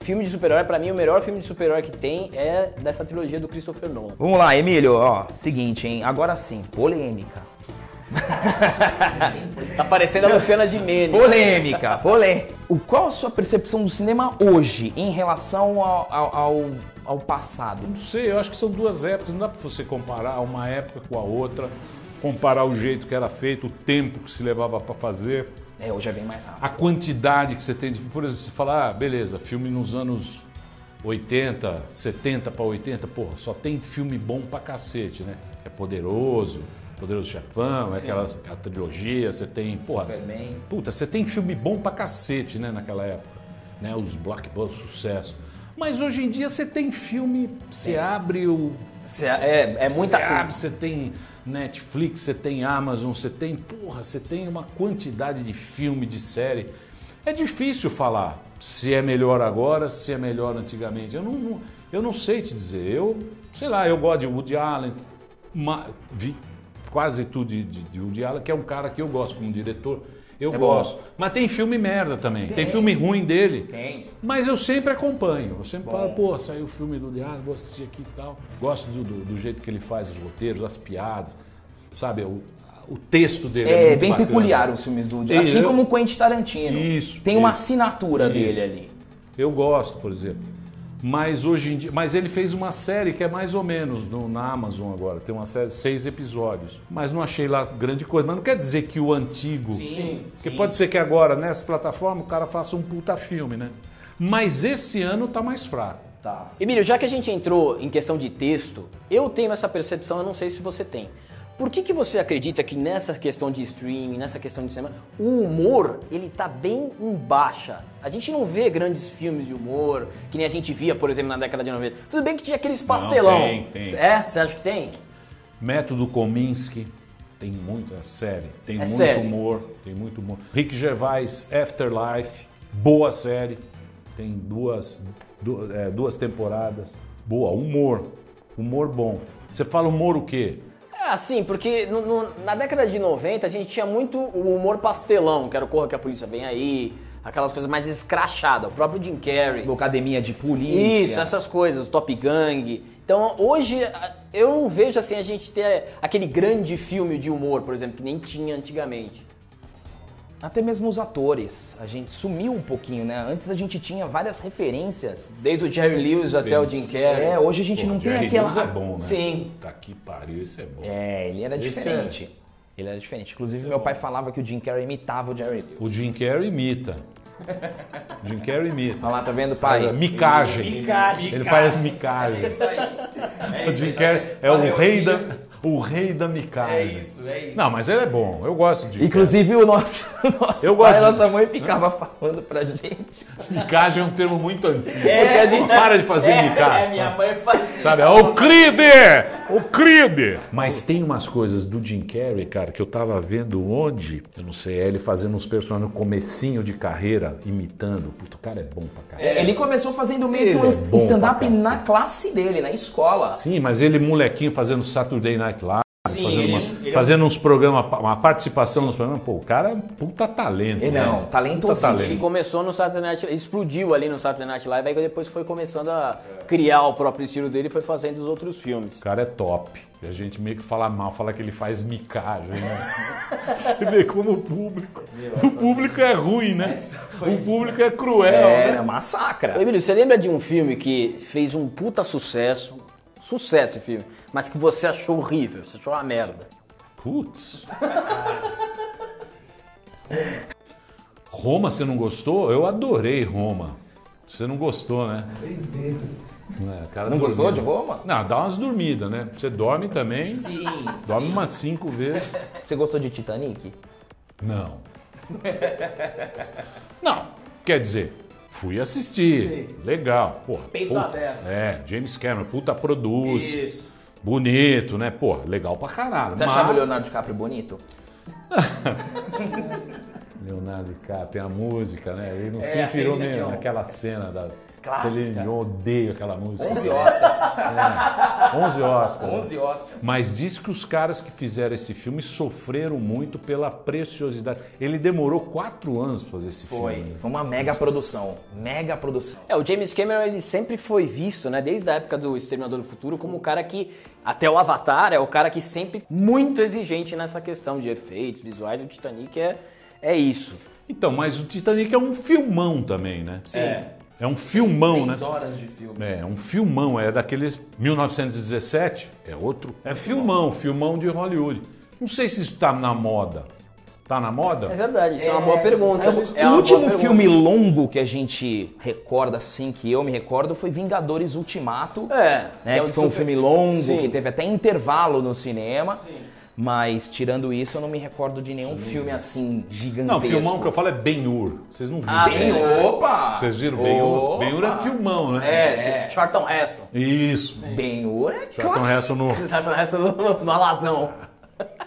Speaker 1: filme de super-herói pra mim o melhor filme de super-herói que tem é dessa trilogia do Christopher Nolan.
Speaker 3: Vamos lá, Emílio, ó, seguinte, hein? Agora sim, polêmica.
Speaker 1: Tá parecendo a Luciana de Mene.
Speaker 3: Polêmica, polêmica. O, qual a sua percepção do cinema hoje em relação ao, ao, ao, ao passado?
Speaker 2: Não sei, eu acho que são duas épocas. Não dá pra você comparar uma época com a outra, comparar o jeito que era feito, o tempo que se levava pra fazer,
Speaker 3: É, hoje é bem mais rápido.
Speaker 2: a quantidade que você tem de. Por exemplo, você fala, ah, beleza, filme nos anos 80, 70 pra 80, porra, só tem filme bom pra cacete, né? É poderoso. Poderoso Chefão, é aquela, aquela trilogia, você tem. Porra,
Speaker 7: Superman.
Speaker 2: Puta, você tem filme bom pra cacete, né, naquela época. Né, os blockbusters, sucesso. Mas hoje em dia você tem filme, você abre o.
Speaker 1: Cê- É, é muita
Speaker 2: você
Speaker 1: coisa.
Speaker 2: abre, você tem Netflix, você tem Amazon, você tem. Porra, você tem uma quantidade de filme, de série. É difícil falar se é melhor agora, se é melhor antigamente. Eu não, não- eu não sei te dizer. Eu, sei lá, eu gosto de Woody Allen, ma- vi quase tudo de, de, de Woody Allen, que é um cara que eu gosto como diretor. Eu gosto. Mas tem filme merda também. Tem, filme ruim dele.
Speaker 7: Tem.
Speaker 2: Mas eu sempre acompanho. Eu sempre falo, pô, saiu o filme do Diário, vou assistir aqui e tal. Gosto do, do- do jeito que ele faz os roteiros, as piadas, sabe? O, o texto dele é,
Speaker 3: É,
Speaker 2: muito
Speaker 3: bem
Speaker 2: bacana.
Speaker 3: peculiar os filmes do Woody.
Speaker 2: E
Speaker 3: Assim
Speaker 2: eu-
Speaker 3: como o Quentin Tarantino.
Speaker 2: Isso,
Speaker 3: Tem uma
Speaker 2: isso.
Speaker 3: assinatura
Speaker 2: Isso.
Speaker 3: dele ali.
Speaker 2: Eu gosto, por exemplo. Mas hoje em dia. Mas ele fez uma série que é mais ou menos no- na Amazon agora. Tem uma série, seis episódios. Mas não achei lá grande coisa. Mas não quer dizer que o antigo. Sim. Porque pode ser que agora, nessa plataforma, o cara faça um puta filme, né? Mas esse ano tá mais fraco.
Speaker 1: Emílio, já que a gente entrou em questão de texto, eu tenho essa percepção, eu não sei se você tem. Por que, que você acredita que nessa questão de streaming, nessa questão de cinema, o humor, ele tá bem em baixa? A gente não vê grandes filmes de humor, que nem a gente via, por exemplo, na década de 90. Tudo bem que tinha aqueles pastelão.
Speaker 2: tem, tem.
Speaker 1: É? Você acha que tem?
Speaker 2: Método Kominsky tem muita série, tem
Speaker 1: É
Speaker 2: muito
Speaker 1: série.
Speaker 2: humor, tem muito humor. Rick Gervais, Afterlife, boa série, tem duas, du- é, duas temporadas, boa, humor, humor bom. Você fala humor o quê?
Speaker 1: É assim, porque no- no- na década de 90 a gente tinha muito o humor pastelão, que era o Corra que a Polícia Vem Aí, aquelas coisas mais escrachadas, o próprio Jim Carrey.
Speaker 3: Academia de polícia.
Speaker 1: Isso, essas coisas, o Top Gang. Então hoje a- eu não vejo assim a gente ter aquele grande filme de humor, por exemplo, que nem tinha antigamente.
Speaker 3: Até mesmo os atores. A gente sumiu um pouquinho, né? Antes a gente tinha várias referências.
Speaker 1: Desde o Jerry Lewis até o Jim Carrey.
Speaker 3: É, hoje a gente
Speaker 2: Pô,
Speaker 3: não tem
Speaker 2: Jerry
Speaker 3: aquela.
Speaker 2: Lewis é bom, né?
Speaker 1: Sim.
Speaker 2: Tá que pariu, isso é bom.
Speaker 3: É, ele era
Speaker 2: Esse
Speaker 3: diferente. Ele era diferente. Inclusive, meu pai falava que o Jim Carrey imitava o Jerry Lewis.
Speaker 2: O Jim Carrey imita. O Jim Carrey imita.
Speaker 3: Olha lá, tá vendo, pai?
Speaker 2: Faz a Micagem.
Speaker 7: Micagem.
Speaker 2: Ele faz micagem.
Speaker 7: É
Speaker 2: O
Speaker 7: isso,
Speaker 2: Jim
Speaker 7: tá
Speaker 2: Carrey
Speaker 7: vendo?
Speaker 2: é o
Speaker 7: Valeu,
Speaker 2: rei
Speaker 7: Guilherme.
Speaker 2: da, o rei da micagem.
Speaker 7: É isso, é isso.
Speaker 2: Não, mas ele é bom. Eu gosto de.
Speaker 3: Inclusive, o nosso, o nosso
Speaker 2: Eu
Speaker 3: pai
Speaker 2: gosto
Speaker 3: e nossa mãe ficava falando pra gente.
Speaker 2: Micagem é um termo muito antigo.
Speaker 3: Porque a gente-
Speaker 2: Para de fazer
Speaker 1: É,
Speaker 2: micagem.
Speaker 1: minha mãe fazia.
Speaker 2: Sabe? é O Cribe! O Cribe! Mas tem umas coisas do Jim Carrey, cara, que eu tava vendo onde, eu não sei, é ele fazendo uns personagens no comecinho de carreira, imitando. Puto, o cara é bom pra caralho.
Speaker 3: Ele começou fazendo meio que
Speaker 2: Ele
Speaker 3: um
Speaker 2: é bom
Speaker 3: stand-up
Speaker 2: pra cacete.
Speaker 3: na classe dele, na escola.
Speaker 2: Sim, mas ele molequinho fazendo Saturday Night Live, fazendo,
Speaker 7: ele-
Speaker 2: uma-
Speaker 7: ele é um-
Speaker 2: fazendo uns programas, uma participação nos programas. Pô, o cara é um puta talento.
Speaker 3: Ele é um
Speaker 2: né?
Speaker 3: talentosíssimo.
Speaker 1: E começou no Saturday Night Live, explodiu ali no Saturday Night Live, aí depois foi começando a criar o próprio estilo dele e foi fazendo os outros filmes.
Speaker 2: O cara é top. E a gente meio que fala mal, fala que ele faz micagem, né? Você vê como o público. O público é ruim, né? O público é cruel.
Speaker 3: É,
Speaker 2: né?
Speaker 1: Ô,
Speaker 3: massacra.
Speaker 1: Emílio, você lembra de um filme que fez um puta sucesso, sucesso o filme, mas que você achou horrível, você achou uma merda?
Speaker 2: Putz. Roma, você não gostou? Eu adorei Roma. Você não gostou, né? É, Três vezes.
Speaker 3: Não gostou de Roma?
Speaker 2: Não, dá umas dormidas, né? Você dorme também.
Speaker 7: Sim.
Speaker 2: Dorme umas cinco vezes.
Speaker 3: Você gostou de Titanic?
Speaker 2: Não. Não, quer dizer, fui assistir. Legal, porra.
Speaker 1: Peito
Speaker 2: puta-
Speaker 1: aberto.
Speaker 2: É, James Cameron, puta produz.
Speaker 7: Isso.
Speaker 2: Bonito, né? Porra, legal pra caralho.
Speaker 3: Você achava o Leonardo DiCaprio bonito?
Speaker 2: Leonardo DiCaprio, tem a música, né? E no
Speaker 7: É, a
Speaker 2: fim virou
Speaker 7: Celine
Speaker 2: mesmo
Speaker 7: Dion.
Speaker 2: aquela cena da
Speaker 7: Clássica.
Speaker 2: Celine Dion, eu odeio aquela música.
Speaker 3: 11 Oscars.
Speaker 2: 11 Oscars.
Speaker 7: 11 Oscars.
Speaker 2: Mas diz que os caras que fizeram esse filme sofreram muito pela preciosidade. Ele demorou quatro anos pra fazer esse filme.
Speaker 3: Foi.
Speaker 2: né?
Speaker 3: Foi uma mega produção. Mega produção.
Speaker 1: É, o James Cameron ele sempre foi visto, né, desde a época do Exterminador do Futuro, como o cara que, até o Avatar, é o cara que sempre muito exigente nessa questão de efeitos visuais. O Titanic é, é isso.
Speaker 2: Então, mas o Titanic é um filmão também, né? Sim.
Speaker 7: É.
Speaker 2: É um filmão, né?
Speaker 7: 10 horas de filme.
Speaker 2: É, um filmão, é daqueles 1917, é outro. É filmão, filmão de Hollywood. Não sei se isso tá na moda. Tá na moda?
Speaker 1: É verdade, isso é, uma boa pergunta. É
Speaker 3: o
Speaker 1: uma boa
Speaker 3: último
Speaker 1: pergunta.
Speaker 3: filme longo que a gente recorda, assim, que eu me recordo, foi Vingadores Ultimato.
Speaker 1: É,
Speaker 3: né,
Speaker 1: que é
Speaker 3: que
Speaker 1: o
Speaker 3: foi um
Speaker 1: super-
Speaker 3: filme longo,
Speaker 1: Sim.
Speaker 3: que teve até intervalo no cinema. Mas, tirando isso, eu não me recordo de nenhum filme, assim, gigantesco.
Speaker 2: Não, filmão que eu falo é Ben-Hur. Vocês não viram.
Speaker 1: Ah,
Speaker 2: Ben-Hur.
Speaker 1: sim.
Speaker 7: Opa!
Speaker 2: Vocês viram Ben-Hur? Ben-Hur é filmão, né?
Speaker 1: É, Charlton Heston.
Speaker 2: Isso.
Speaker 3: Ben-Hur é
Speaker 2: Charlton
Speaker 3: clássico.
Speaker 2: Heston no...
Speaker 1: Charlton Heston no, no alazão.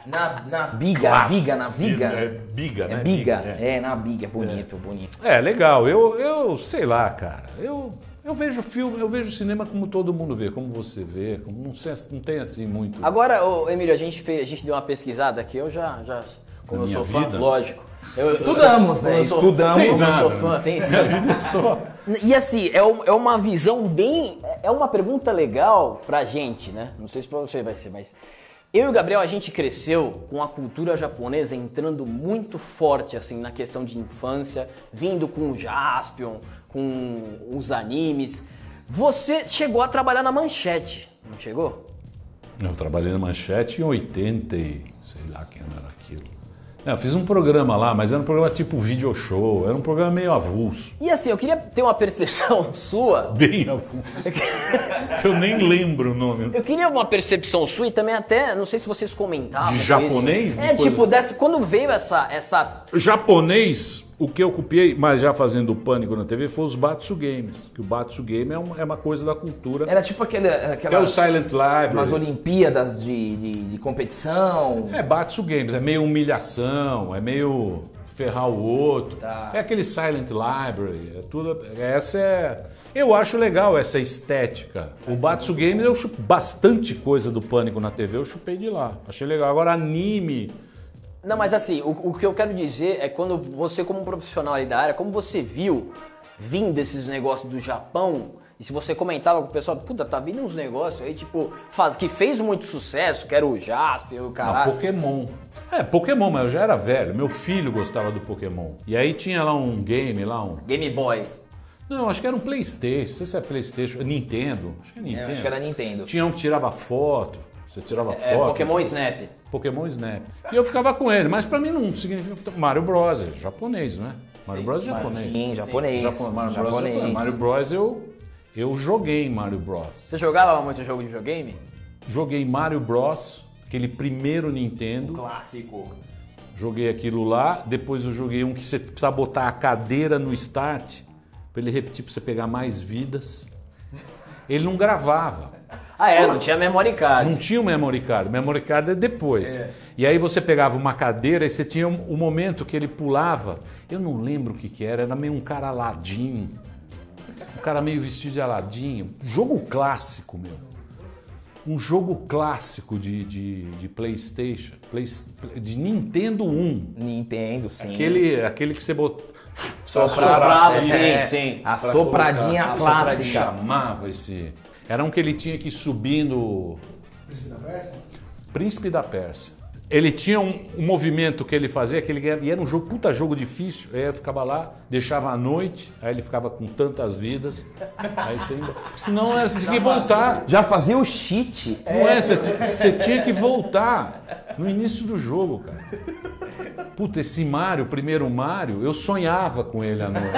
Speaker 7: Na, na
Speaker 3: Biga, biga, na
Speaker 2: É
Speaker 3: viga.
Speaker 2: biga, né?
Speaker 3: É biga,
Speaker 2: é.
Speaker 3: é, na biga, bonito, bonito.
Speaker 2: É, legal. Eu, eu sei lá, cara. Eu, eu vejo filme, eu vejo cinema como todo mundo vê, como você vê. Como, não, sei- não tem assim muito.
Speaker 1: Agora, ô, Emílio, a gente, fez, a gente deu uma pesquisada aqui, eu já, já
Speaker 2: Da
Speaker 1: como eu
Speaker 2: minha
Speaker 1: sou fã,
Speaker 2: vida?
Speaker 1: lógico. Eu- eu-
Speaker 3: Estudamos, né?
Speaker 1: eu sou-
Speaker 3: Estudamos.
Speaker 1: Eu sou
Speaker 2: Nada,
Speaker 1: fã, tem
Speaker 2: Minha vida é só.
Speaker 1: E assim, é, um- é uma visão bem. É uma pergunta legal pra gente, né? Não sei se pra você vai ser, mas. Eu e o Gabriel, a gente cresceu com a cultura japonesa entrando muito forte, assim, na questão de infância, vindo com o Jaspion, com os animes. Você chegou a trabalhar na manchete, não chegou?
Speaker 2: Eu trabalhei na Manchete em 80 e sei lá quem era aquilo. É, eu fiz um programa lá, mas era um programa tipo video show, era um programa meio avulso,
Speaker 1: E assim, eu queria ter uma percepção sua
Speaker 2: bem avulso. que eu nem lembro o nome.
Speaker 1: Eu queria uma percepção sua e também até, não sei se vocês comentavam.
Speaker 2: De
Speaker 1: isso.
Speaker 2: japonês?
Speaker 1: É,
Speaker 2: De
Speaker 1: tipo,
Speaker 2: coisa-
Speaker 1: dessa, quando veio essa, essa.
Speaker 2: Japonês, o que eu copiei, mas já fazendo o pânico na TV, foi os Batsu Games. Que o Batsu Game é uma, é uma coisa da cultura.
Speaker 3: Era tipo aquele,
Speaker 2: É o
Speaker 3: aquelas
Speaker 2: Silent Library.
Speaker 3: umas Olimpíadas de, de, de competição.
Speaker 2: É Batsu Games, é meio humilhação, é meio ferrar o outro. É aquele Silent Library, é tudo. Essa é. Eu acho legal essa estética. O Batsu Games eu chupo bastante coisa do pânico na TV, eu chupei de lá. Achei legal. Agora anime.
Speaker 1: Não, mas assim, o, o que eu quero dizer é quando você, como profissional aí da área, como você viu vindo esses negócios do Japão, e se você comentava com o pessoal, puta, tá vindo uns negócios aí, tipo, faz, que fez muito sucesso, que era o Jasper, o
Speaker 2: Ah,
Speaker 1: caralho.
Speaker 2: Pokémon. É, Pokémon, mas eu já era velho. Meu filho gostava do Pokémon. E aí tinha lá um game, lá um.
Speaker 1: Game Boy.
Speaker 2: Não, acho que era um Playstation. Não sei se é Playstation. Nintendo. Acho que é Nintendo.
Speaker 3: Acho que era Nintendo.
Speaker 2: Tinha um que tirava foto. Você Você tirava foto.
Speaker 1: É, Pokémon Snap.
Speaker 2: Pokémon Snap. E eu ficava com ele, mas pra mim não significa. Mario Bros. é japonês, né? Mario Bros. é japonês.
Speaker 3: Sim, japonês.
Speaker 2: Japo- Mario, Bros. é
Speaker 3: Japonês.
Speaker 2: japonês. Mario Bros. eu, eu joguei Mario Bros.
Speaker 1: Você jogava muito jogo de videogame?
Speaker 2: Joguei Mario Bros. Aquele primeiro Nintendo.
Speaker 7: Clássico.
Speaker 2: Joguei aquilo lá. Depois eu joguei um que você precisava botar a cadeira no start pra ele repetir pra você pegar mais vidas. Ele não gravava.
Speaker 1: Ah, é, não tinha memory card.
Speaker 2: Não tinha o memory card. O memory card é depois. E aí você pegava uma cadeira e você tinha o um, um momento que ele pulava. Eu não lembro o que, que era, era meio um cara aladinho. Um cara meio vestido de aladinho. Jogo clássico, meu. Um jogo clássico de, de, de PlayStation, Play- de Nintendo 1.
Speaker 3: Nintendo, sim.
Speaker 2: Aquele, aquele que você botou.
Speaker 1: Soprava, sim,
Speaker 3: É,
Speaker 1: sim.
Speaker 3: A sopradinha
Speaker 2: A
Speaker 3: clássica.
Speaker 2: chamava esse. Era um que ele tinha que ir subindo. Príncipe da Pérsia? Príncipe da Pérsia. Ele tinha um, um movimento que ele fazia, que ele ganhava- e era um jogo, puta jogo difícil. Aí eu ficava lá, deixava à noite, aí ele ficava com tantas vidas. Aí você ainda. Senão né, você tinha que voltar.
Speaker 3: Já fazia o cheat.
Speaker 2: Não é, você, ti- você tinha que voltar no início do jogo, cara. Puta, esse Mario, o primeiro Mario, eu sonhava com ele à noite.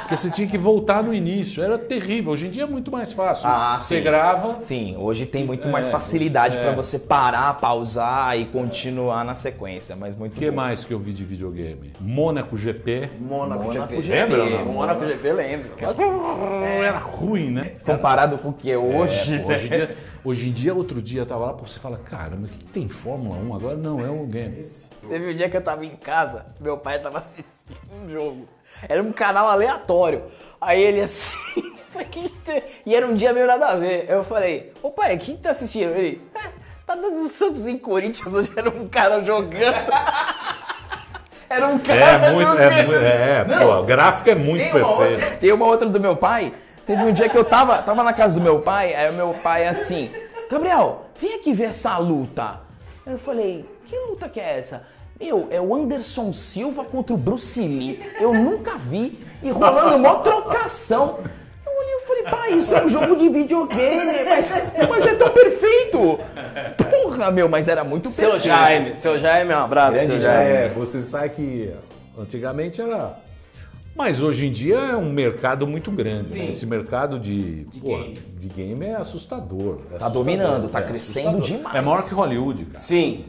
Speaker 2: Porque você tinha que voltar no início. Era terrível. Hoje em dia é muito mais fácil.
Speaker 3: Ah,
Speaker 2: você
Speaker 3: sim.
Speaker 2: grava.
Speaker 3: Sim, hoje tem muito mais facilidade pra você parar, pausar e continuar na sequência, mas muito
Speaker 2: O que
Speaker 3: bom.
Speaker 2: mais que eu vi de videogame? Mônaco GP.
Speaker 1: Monaco GP.
Speaker 2: Lembra ou não?
Speaker 1: Monaco GP, lembro.
Speaker 2: Era ruim, né?
Speaker 3: Comparado com o que é hoje,
Speaker 2: Pô, hoje, em dia, hoje em dia, outro dia, eu tava lá, pô, você fala, caramba, que tem Fórmula 1 agora? Não, é um game.
Speaker 1: Teve um dia que eu tava em casa, meu pai tava assistindo um jogo. Era um canal aleatório. Aí ele assim. eu falei, "Que que tem?" e era um dia meio nada a ver. Eu falei, ô pai, quem tá assistindo? Ele, "É, tá dando o Santos em Corinthians hoje, era um cara jogando. era um cara
Speaker 2: É muito,
Speaker 1: jogando.
Speaker 2: é, mu- é, pô, o gráfico é muito
Speaker 7: Tem uma
Speaker 2: perfeito.
Speaker 3: Tem uma outra do meu pai. Teve um dia que eu tava, tava na casa do meu pai, aí o meu pai assim, Gabriel, vem aqui ver essa luta. Aí eu falei, que luta que é essa? Meu, é o Anderson Silva contra o Bruce Lee. Eu nunca vi. E rolando mó trocação. Eu olhei e falei, pai, isso é um jogo de videogame, mas, mas é tão perfeito. Porra, meu, mas era muito
Speaker 1: Seu
Speaker 3: perfeito.
Speaker 1: Jaime, seu Jaime, um abraço, seu Jaime.
Speaker 2: É, você sabe que antigamente era. Mas hoje em dia é um mercado muito grande. né? Esse mercado de, pô, de game é assustador. É assustador,
Speaker 3: dominando, tá
Speaker 2: é
Speaker 3: crescendo
Speaker 2: assustador.
Speaker 3: demais.
Speaker 2: É maior que Hollywood, cara.
Speaker 1: Sim.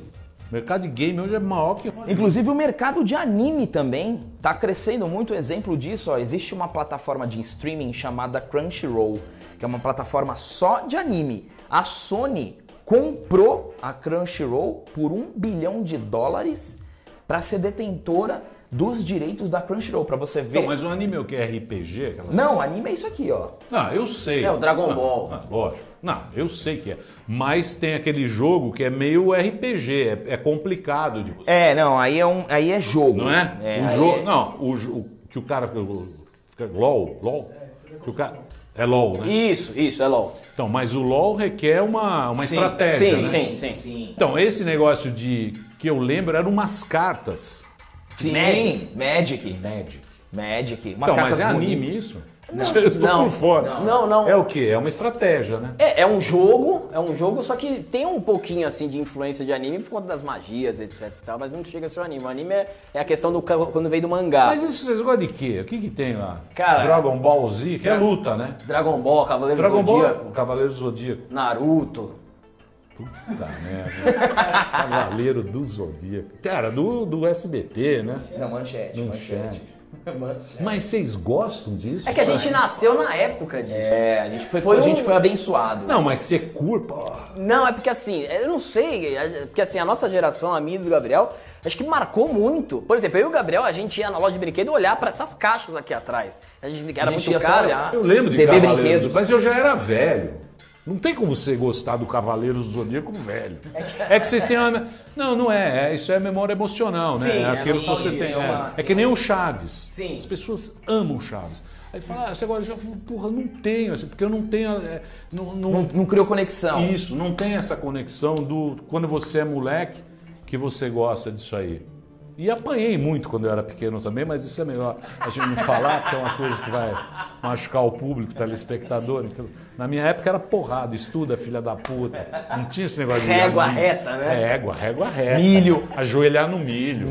Speaker 2: O mercado de game hoje é maior que Hollywood.
Speaker 3: Inclusive o mercado de anime também tá crescendo muito. Exemplo disso, ó, existe uma plataforma de streaming chamada Crunchyroll, que é uma plataforma só de anime. A Sony comprou a Crunchyroll por um bilhão de dólares para ser detentora dos direitos da Crunchyroll, para você ver.
Speaker 2: Não, mas o anime é o que é RPG? Aquela...
Speaker 3: Não, anime é isso aqui, ó.
Speaker 2: Não, eu sei.
Speaker 1: É, o Dragon
Speaker 2: Não,
Speaker 1: Ball.
Speaker 2: não, lógico. Não, eu sei que é. Mas tem aquele jogo que é meio RPG, é, é complicado de você.
Speaker 3: É, não, aí é um, aí é jogo.
Speaker 2: Não é? o
Speaker 3: aí
Speaker 2: jogo.
Speaker 3: é-
Speaker 2: Não, o, jo- o que o cara. o- fica- LOL? LOL? Que o cara, é LOL, né?
Speaker 1: Isso, isso, é LOL.
Speaker 2: Então, mas o LOL requer uma, uma
Speaker 1: Sim,
Speaker 2: estratégia.
Speaker 1: sim,
Speaker 2: né?
Speaker 1: sim, sim,
Speaker 2: Então, esse negócio de. que eu lembro eram umas cartas.
Speaker 3: Sim,
Speaker 1: Magic.
Speaker 3: Magic,
Speaker 2: Magic.
Speaker 3: Magic. Umas
Speaker 2: Então, mas
Speaker 3: cartas
Speaker 2: é anime
Speaker 3: bonitas.
Speaker 2: isso? Não, eu tô
Speaker 1: não,
Speaker 2: por fora.
Speaker 1: não, não.
Speaker 2: É o quê? É uma estratégia, né?
Speaker 1: É, é um jogo, é um jogo, só que tem um pouquinho assim de influência de anime por conta das magias, etc e tal, mas não chega a ser o anime. O anime é, é a questão do ca- quando veio do mangá.
Speaker 2: Mas isso vocês gostam de quê? O que, que tem lá?
Speaker 1: Cara-
Speaker 2: Dragon Ball Z, que é luta, né?
Speaker 1: Dragon Ball, Cavaleiro do
Speaker 2: Dragon
Speaker 1: Zodíaco,
Speaker 2: Ball, é Cavaleiro do Zodíaco.
Speaker 1: Naruto.
Speaker 2: Puta merda. Cavaleiro do Zodíaco. Cara, do, do SBT, né?
Speaker 7: Na manchete.
Speaker 2: Manchete. Mas vocês gostam disso?
Speaker 1: É que a gente nasceu na época disso.
Speaker 3: É, a gente foi,
Speaker 1: Foi
Speaker 3: a gente
Speaker 1: um-
Speaker 3: foi abençoado.
Speaker 2: Não, mas você curpa.
Speaker 1: Não, é porque assim, eu não sei, é porque assim, a nossa geração, a minha e do Gabriel, acho que marcou muito. Por exemplo, eu e o Gabriel, a gente ia na loja de brinquedo olhar pra essas caixas aqui atrás. A gente era
Speaker 3: A gente ia
Speaker 1: muito
Speaker 3: só
Speaker 1: caro.
Speaker 3: olhar.
Speaker 2: Eu lembro de
Speaker 3: Bebê
Speaker 2: Cavaleiros,
Speaker 3: Brinquedos.
Speaker 2: mas eu já era velho. Não tem como você gostar do Cavaleiro do Zodíaco velho. É que vocês têm uma... Não, não é. é- Isso é memória emocional, né?
Speaker 1: Sim,
Speaker 2: é
Speaker 1: é
Speaker 2: aquilo que você
Speaker 1: nostalgia,
Speaker 2: tem.
Speaker 1: é uma-
Speaker 2: É. É que nem o Chaves.
Speaker 1: Sim.
Speaker 2: As pessoas amam o Chaves. Aí fala, ah, você gosta de Chaves? Eu falo, Porra, não tenho. assim, Porque eu não tenho... é, não- não-
Speaker 3: Não, não criou conexão.
Speaker 2: Isso, não tem essa conexão do quando você é moleque que você gosta disso aí. E apanhei muito quando eu era pequeno também, mas isso é melhor a gente não falar, porque é uma coisa que vai machucar o público, o telespectador. Então, na minha época era porrada, estuda, filha da puta. Não tinha esse negócio de.
Speaker 7: Régua
Speaker 2: olhar no milho.
Speaker 7: reta, né?
Speaker 2: Régua, régua reta. Milho. Ajoelhar no milho.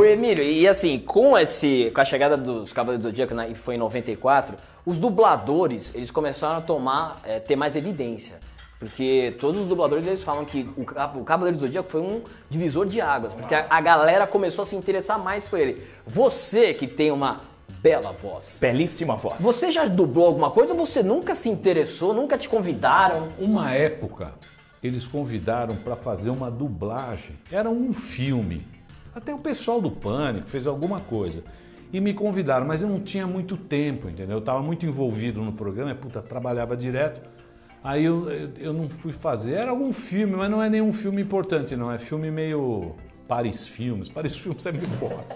Speaker 1: O Emílio, e assim, com esse com a chegada dos Cavaleiros do Zodíaco, na- que foi em 94, os dubladores, eles começaram a tomar, eh, ter mais evidência. Porque todos os dubladores, eles falam que o, Ca- o Cavaleiro do Zodíaco foi um divisor de águas, porque a, a galera começou a se interessar mais por ele. Você que tem uma bela voz,
Speaker 3: Belíssima voz.
Speaker 1: você já dublou alguma coisa ou você nunca se interessou, nunca te convidaram?
Speaker 2: Então, Uma época, eles convidaram para fazer uma dublagem. Era um filme. Até o pessoal do Pânico fez alguma coisa. E me convidaram, mas eu não tinha muito tempo, entendeu? Eu estava muito envolvido no programa, e, puta, trabalhava direto. Aí eu, eu, eu não fui fazer. Era algum filme, mas não é nenhum filme importante, não. É filme meio Paris Filmes. Paris Filmes é meio bosta.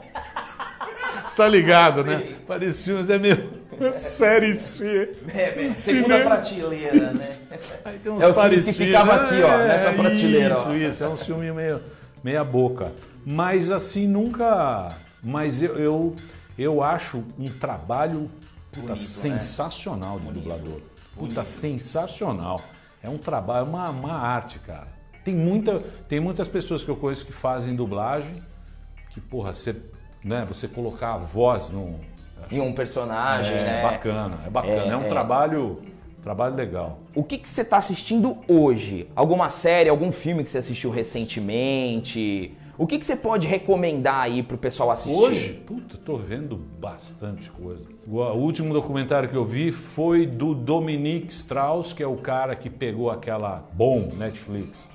Speaker 2: Você tá ligado, né? Paris Filmes é meio série C.
Speaker 7: É, é,
Speaker 2: do
Speaker 7: segunda
Speaker 2: cinema.
Speaker 7: prateleira, né?
Speaker 2: Aí tem uns
Speaker 3: É o filme que
Speaker 2: parecidos.
Speaker 3: ficava aqui, ó,
Speaker 2: É,
Speaker 3: nessa prateleira,
Speaker 2: Isso,
Speaker 3: ó.
Speaker 2: isso. É um filme meio meia boca. Mas assim, nunca... Mas eu, eu, eu acho um trabalho puta,
Speaker 7: né?
Speaker 2: sensacional de dublador. Puta, sensacional. É um trabalho, é uma, uma arte, cara. Tem, muita, tem muitas pessoas que eu conheço que fazem dublagem, que, porra, você, né, você colocar a voz num...
Speaker 3: E um personagem,
Speaker 2: É,
Speaker 3: né?
Speaker 2: bacana, é bacana. É,
Speaker 3: É,
Speaker 2: um
Speaker 3: é.
Speaker 2: trabalho, trabalho legal.
Speaker 3: O que, que você tá assistindo hoje? Alguma série, algum filme que você assistiu recentemente? O que, que você pode recomendar aí pro pessoal assistir?
Speaker 2: Hoje, puta, tô vendo bastante coisa. O o último documentário que eu vi foi do Dominique Strauss, que é o cara que pegou aquela bom Netflix.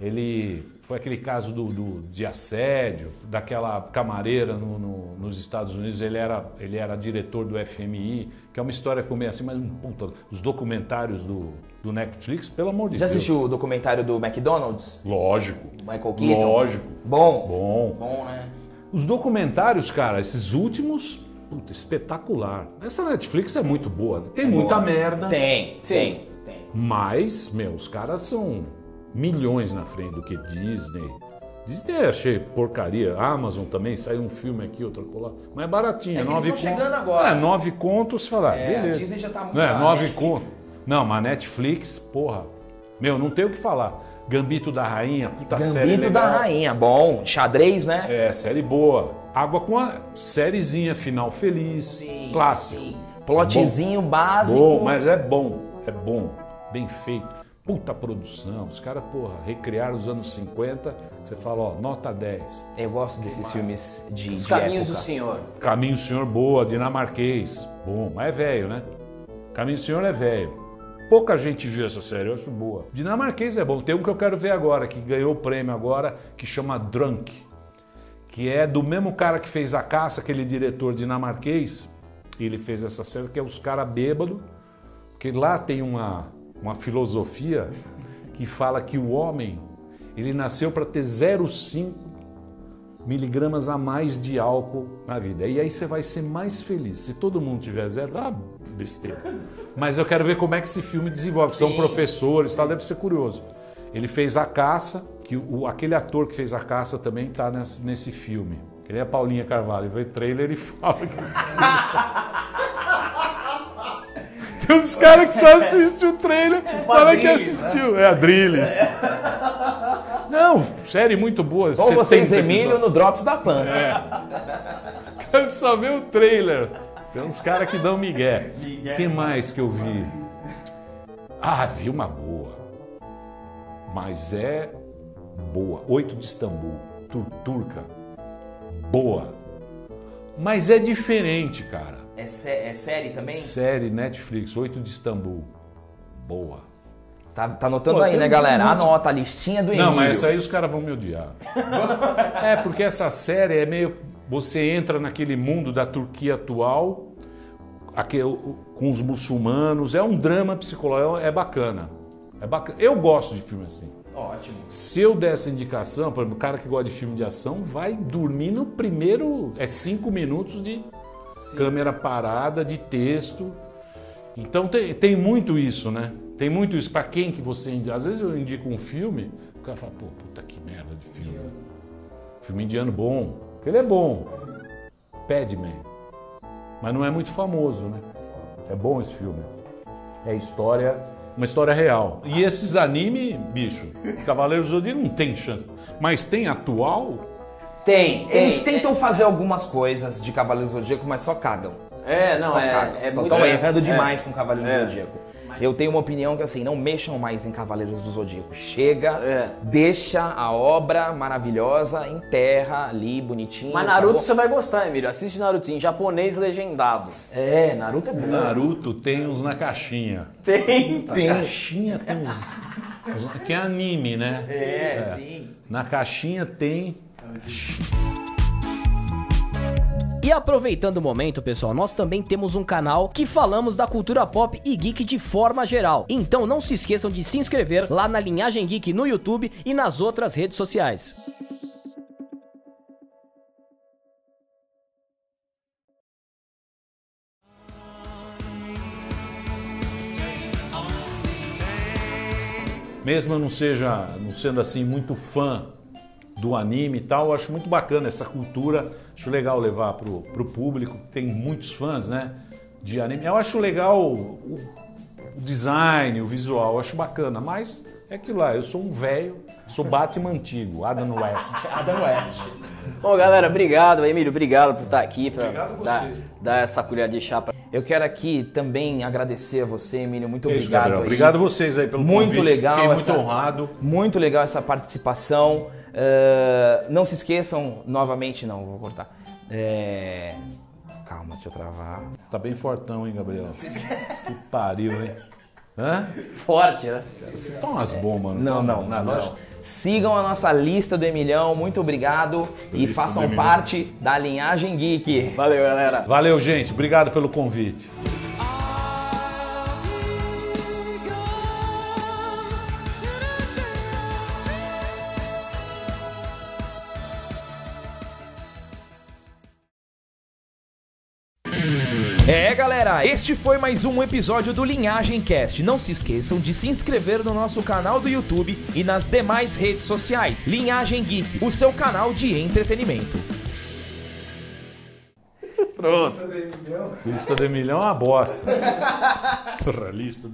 Speaker 2: Ele foi aquele caso do, do- de assédio, daquela camareira no- no- nos Estados Unidos. Ele era, ele era diretor do FMI, que é uma história que ficou meio assim, mas puta, os documentários do, do Netflix, pelo amor de
Speaker 3: Já
Speaker 2: Deus.
Speaker 3: assistiu o documentário do McDonald's?
Speaker 2: Lógico.
Speaker 3: Michael Keaton?
Speaker 2: Lógico.
Speaker 3: Bom.
Speaker 2: Bom.
Speaker 7: Bom, né?
Speaker 2: Os documentários, cara, esses últimos, puta, espetacular. Essa Netflix é muito boa, né? tem muita merda,
Speaker 3: Tem, tem.
Speaker 7: Tem.
Speaker 2: mas, meu, os caras são milhões na frente do que Disney. Disney eu achei porcaria. Amazon também saiu um filme aqui, outro colar. Mas é baratinho,
Speaker 7: É que
Speaker 2: nove
Speaker 7: eles tão chegando
Speaker 2: contos.
Speaker 7: agora.
Speaker 2: É, nove contos, falar,
Speaker 7: É, a
Speaker 2: beleza.
Speaker 7: Disney já tá muito
Speaker 2: Não é,
Speaker 7: lá,
Speaker 2: nove
Speaker 7: Netflix.
Speaker 2: contos. Não, mas Netflix, porra. Meu, não tem o que falar. Gambito da Rainha, puta série é
Speaker 3: Gambito da
Speaker 2: legal.
Speaker 3: Rainha, bom. Xadrez, né?
Speaker 2: É, série boa. Água com a sériezinha, final feliz, clássico.
Speaker 3: Plotzinho básico.
Speaker 2: Bom, mas é bom, é bom, bem feito. Puta produção, os caras, porra, recriaram os anos 50, você fala, ó, nota 10.
Speaker 3: Eu gosto desses filmes de,
Speaker 1: Os
Speaker 3: de
Speaker 1: Caminhos do
Speaker 3: época.
Speaker 1: Senhor.
Speaker 2: Caminho Senhor boa, dinamarquês. Bom, mas é velho, né? Caminho Senhor é velho. Pouca gente viu essa série, eu acho boa. Dinamarquês é bom. Tem um que eu quero ver agora, que ganhou o prêmio agora, que chama Drunk. Que é do mesmo cara que fez A Caça, aquele diretor dinamarquês. Ele fez essa série, que é os caras bêbados. Porque lá tem uma, uma filosofia que fala que o homem, ele nasceu para ter 0,5 miligramas a mais de álcool na vida. E aí você vai ser mais feliz. Se todo mundo tiver zero, ah, besteira. Mas eu quero ver como é que esse filme desenvolve. São professores, tal, deve ser curioso. Ele fez A Caça, que o, aquele ator que fez A Caça também está nesse, nesse filme. Ele é a Paulinha Carvalho. Vê trailer e fala que assistiu. Tem uns caras que só assistem o trailer e fala que
Speaker 7: Adrilles,
Speaker 2: assistiu. É a Drillis. Não, série muito boa.
Speaker 3: Ou vocês,
Speaker 2: 70
Speaker 3: Emílio,
Speaker 2: episódios.
Speaker 3: no Drops da Pan.
Speaker 2: É. Eu só vi o trailer. Tem uns caras que dão migué. Quem mais que eu vi? Ah, vi uma boa. Mas é boa. Oito de Istambul. Tur- turca. Boa. Mas é diferente, cara.
Speaker 7: É, sé- é série também?
Speaker 2: Série Netflix, Oito de Istambul. Boa.
Speaker 3: Tá, tá anotando
Speaker 2: Pô,
Speaker 3: aí,
Speaker 2: tem
Speaker 3: né, galera?
Speaker 2: muito-
Speaker 3: Anota a listinha do Emílio.
Speaker 2: Não, mas essa aí os caras vão me odiar. é, porque essa série é meio. Você entra naquele mundo da Turquia atual, aquele- com os muçulmanos. É um drama psicológico, é bacana. É bacana. Eu gosto de filme assim.
Speaker 7: Ótimo.
Speaker 2: Se eu der essa indicação, por exemplo, o cara que gosta de filme de ação vai dormir no primeiro. É cinco minutos de câmera parada, de texto. Então tem, tem muito isso, né? Tem muito isso. Pra quem que você indica? Às vezes eu indico um filme, o cara fala, pô, puta que merda de filme. Filme indiano bom. Ele é bom. Padman. Mas não é muito famoso, né? É bom esse filme. É história, uma história real. E esses anime, bicho, Cavaleiros do Zodíaco não tem chance. Mas tem atual?
Speaker 1: Tem, tem.
Speaker 3: Eles tentam fazer algumas coisas de Cavaleiros do Zodíaco, mas só cagam.
Speaker 1: É, não,
Speaker 3: só cagam.
Speaker 1: é, é
Speaker 3: só
Speaker 1: muito.
Speaker 3: estão
Speaker 1: é,
Speaker 3: errando
Speaker 1: é.
Speaker 3: demais com Cavaleiros do Zodíaco. Eu tenho uma opinião que assim, não mexam mais em Cavaleiros do Zodíaco. Chega,
Speaker 1: É.
Speaker 3: deixa a obra maravilhosa em terra ali, bonitinho.
Speaker 1: Mas Naruto
Speaker 3: acabou.
Speaker 1: você vai gostar, Emílio. Assiste Naruto em japonês legendado.
Speaker 3: É, Naruto é bom.
Speaker 2: Naruto tem uns na caixinha.
Speaker 1: Tem.
Speaker 2: Na caixinha tem uns. uns- Que é anime, né?
Speaker 7: É, sim.
Speaker 2: Na caixinha tem.
Speaker 5: E aproveitando o momento, pessoal, nós também temos um canal que falamos da cultura pop e geek de forma geral. Então não se esqueçam de se inscrever lá na Linhagem Geek no YouTube e nas outras redes sociais.
Speaker 2: Mesmo eu não seja, não sendo assim muito fã do anime e tal, eu acho muito bacana essa cultura. Acho legal levar pro, pro público, que tem muitos fãs, né? De anime. Eu acho legal o, o design, o visual, eu acho bacana, mas é aquilo lá, eu sou um velho, sou Batman antigo, Adam West.
Speaker 7: Adam West.
Speaker 1: Bom, galera, obrigado, Emílio. Obrigado por estar aqui, pra
Speaker 2: Obrigado você.
Speaker 1: dar, dar essa colher de chá pra
Speaker 3: Eu quero aqui também agradecer a você, Emílio. Muito
Speaker 2: É isso,
Speaker 3: obrigado.
Speaker 2: Gabriel.
Speaker 3: aí.
Speaker 2: Obrigado vocês aí pelo
Speaker 3: Muito
Speaker 2: convite.
Speaker 3: legal.
Speaker 2: Fiquei
Speaker 3: essa-
Speaker 2: muito honrado.
Speaker 3: Muito legal essa participação. Eh, não se esqueçam, novamente, não, vou cortar. Eh, Calma, deixa eu travar.
Speaker 2: Tá bem fortão, hein, Gabriel? que pariu, hein? Hã?
Speaker 1: forte, né?
Speaker 2: Você toma umas bombas,
Speaker 3: Não,
Speaker 2: toma?
Speaker 3: não, não.
Speaker 2: Lógico.
Speaker 3: Sigam a nossa lista do Emilhão, muito obrigado. e
Speaker 2: Lista do
Speaker 3: façam
Speaker 2: Emilhão.
Speaker 3: parte da linhagem geek.
Speaker 1: Valeu, galera.
Speaker 2: Valeu, gente. Obrigado pelo convite.
Speaker 4: É, galera, este foi mais um episódio do Linhagem Cast. Não se esqueçam de se inscrever no nosso canal do YouTube e nas demais redes sociais. Linhagem Geek, o seu canal de entretenimento.
Speaker 2: Lista de milhão é uma bosta. Porra, lista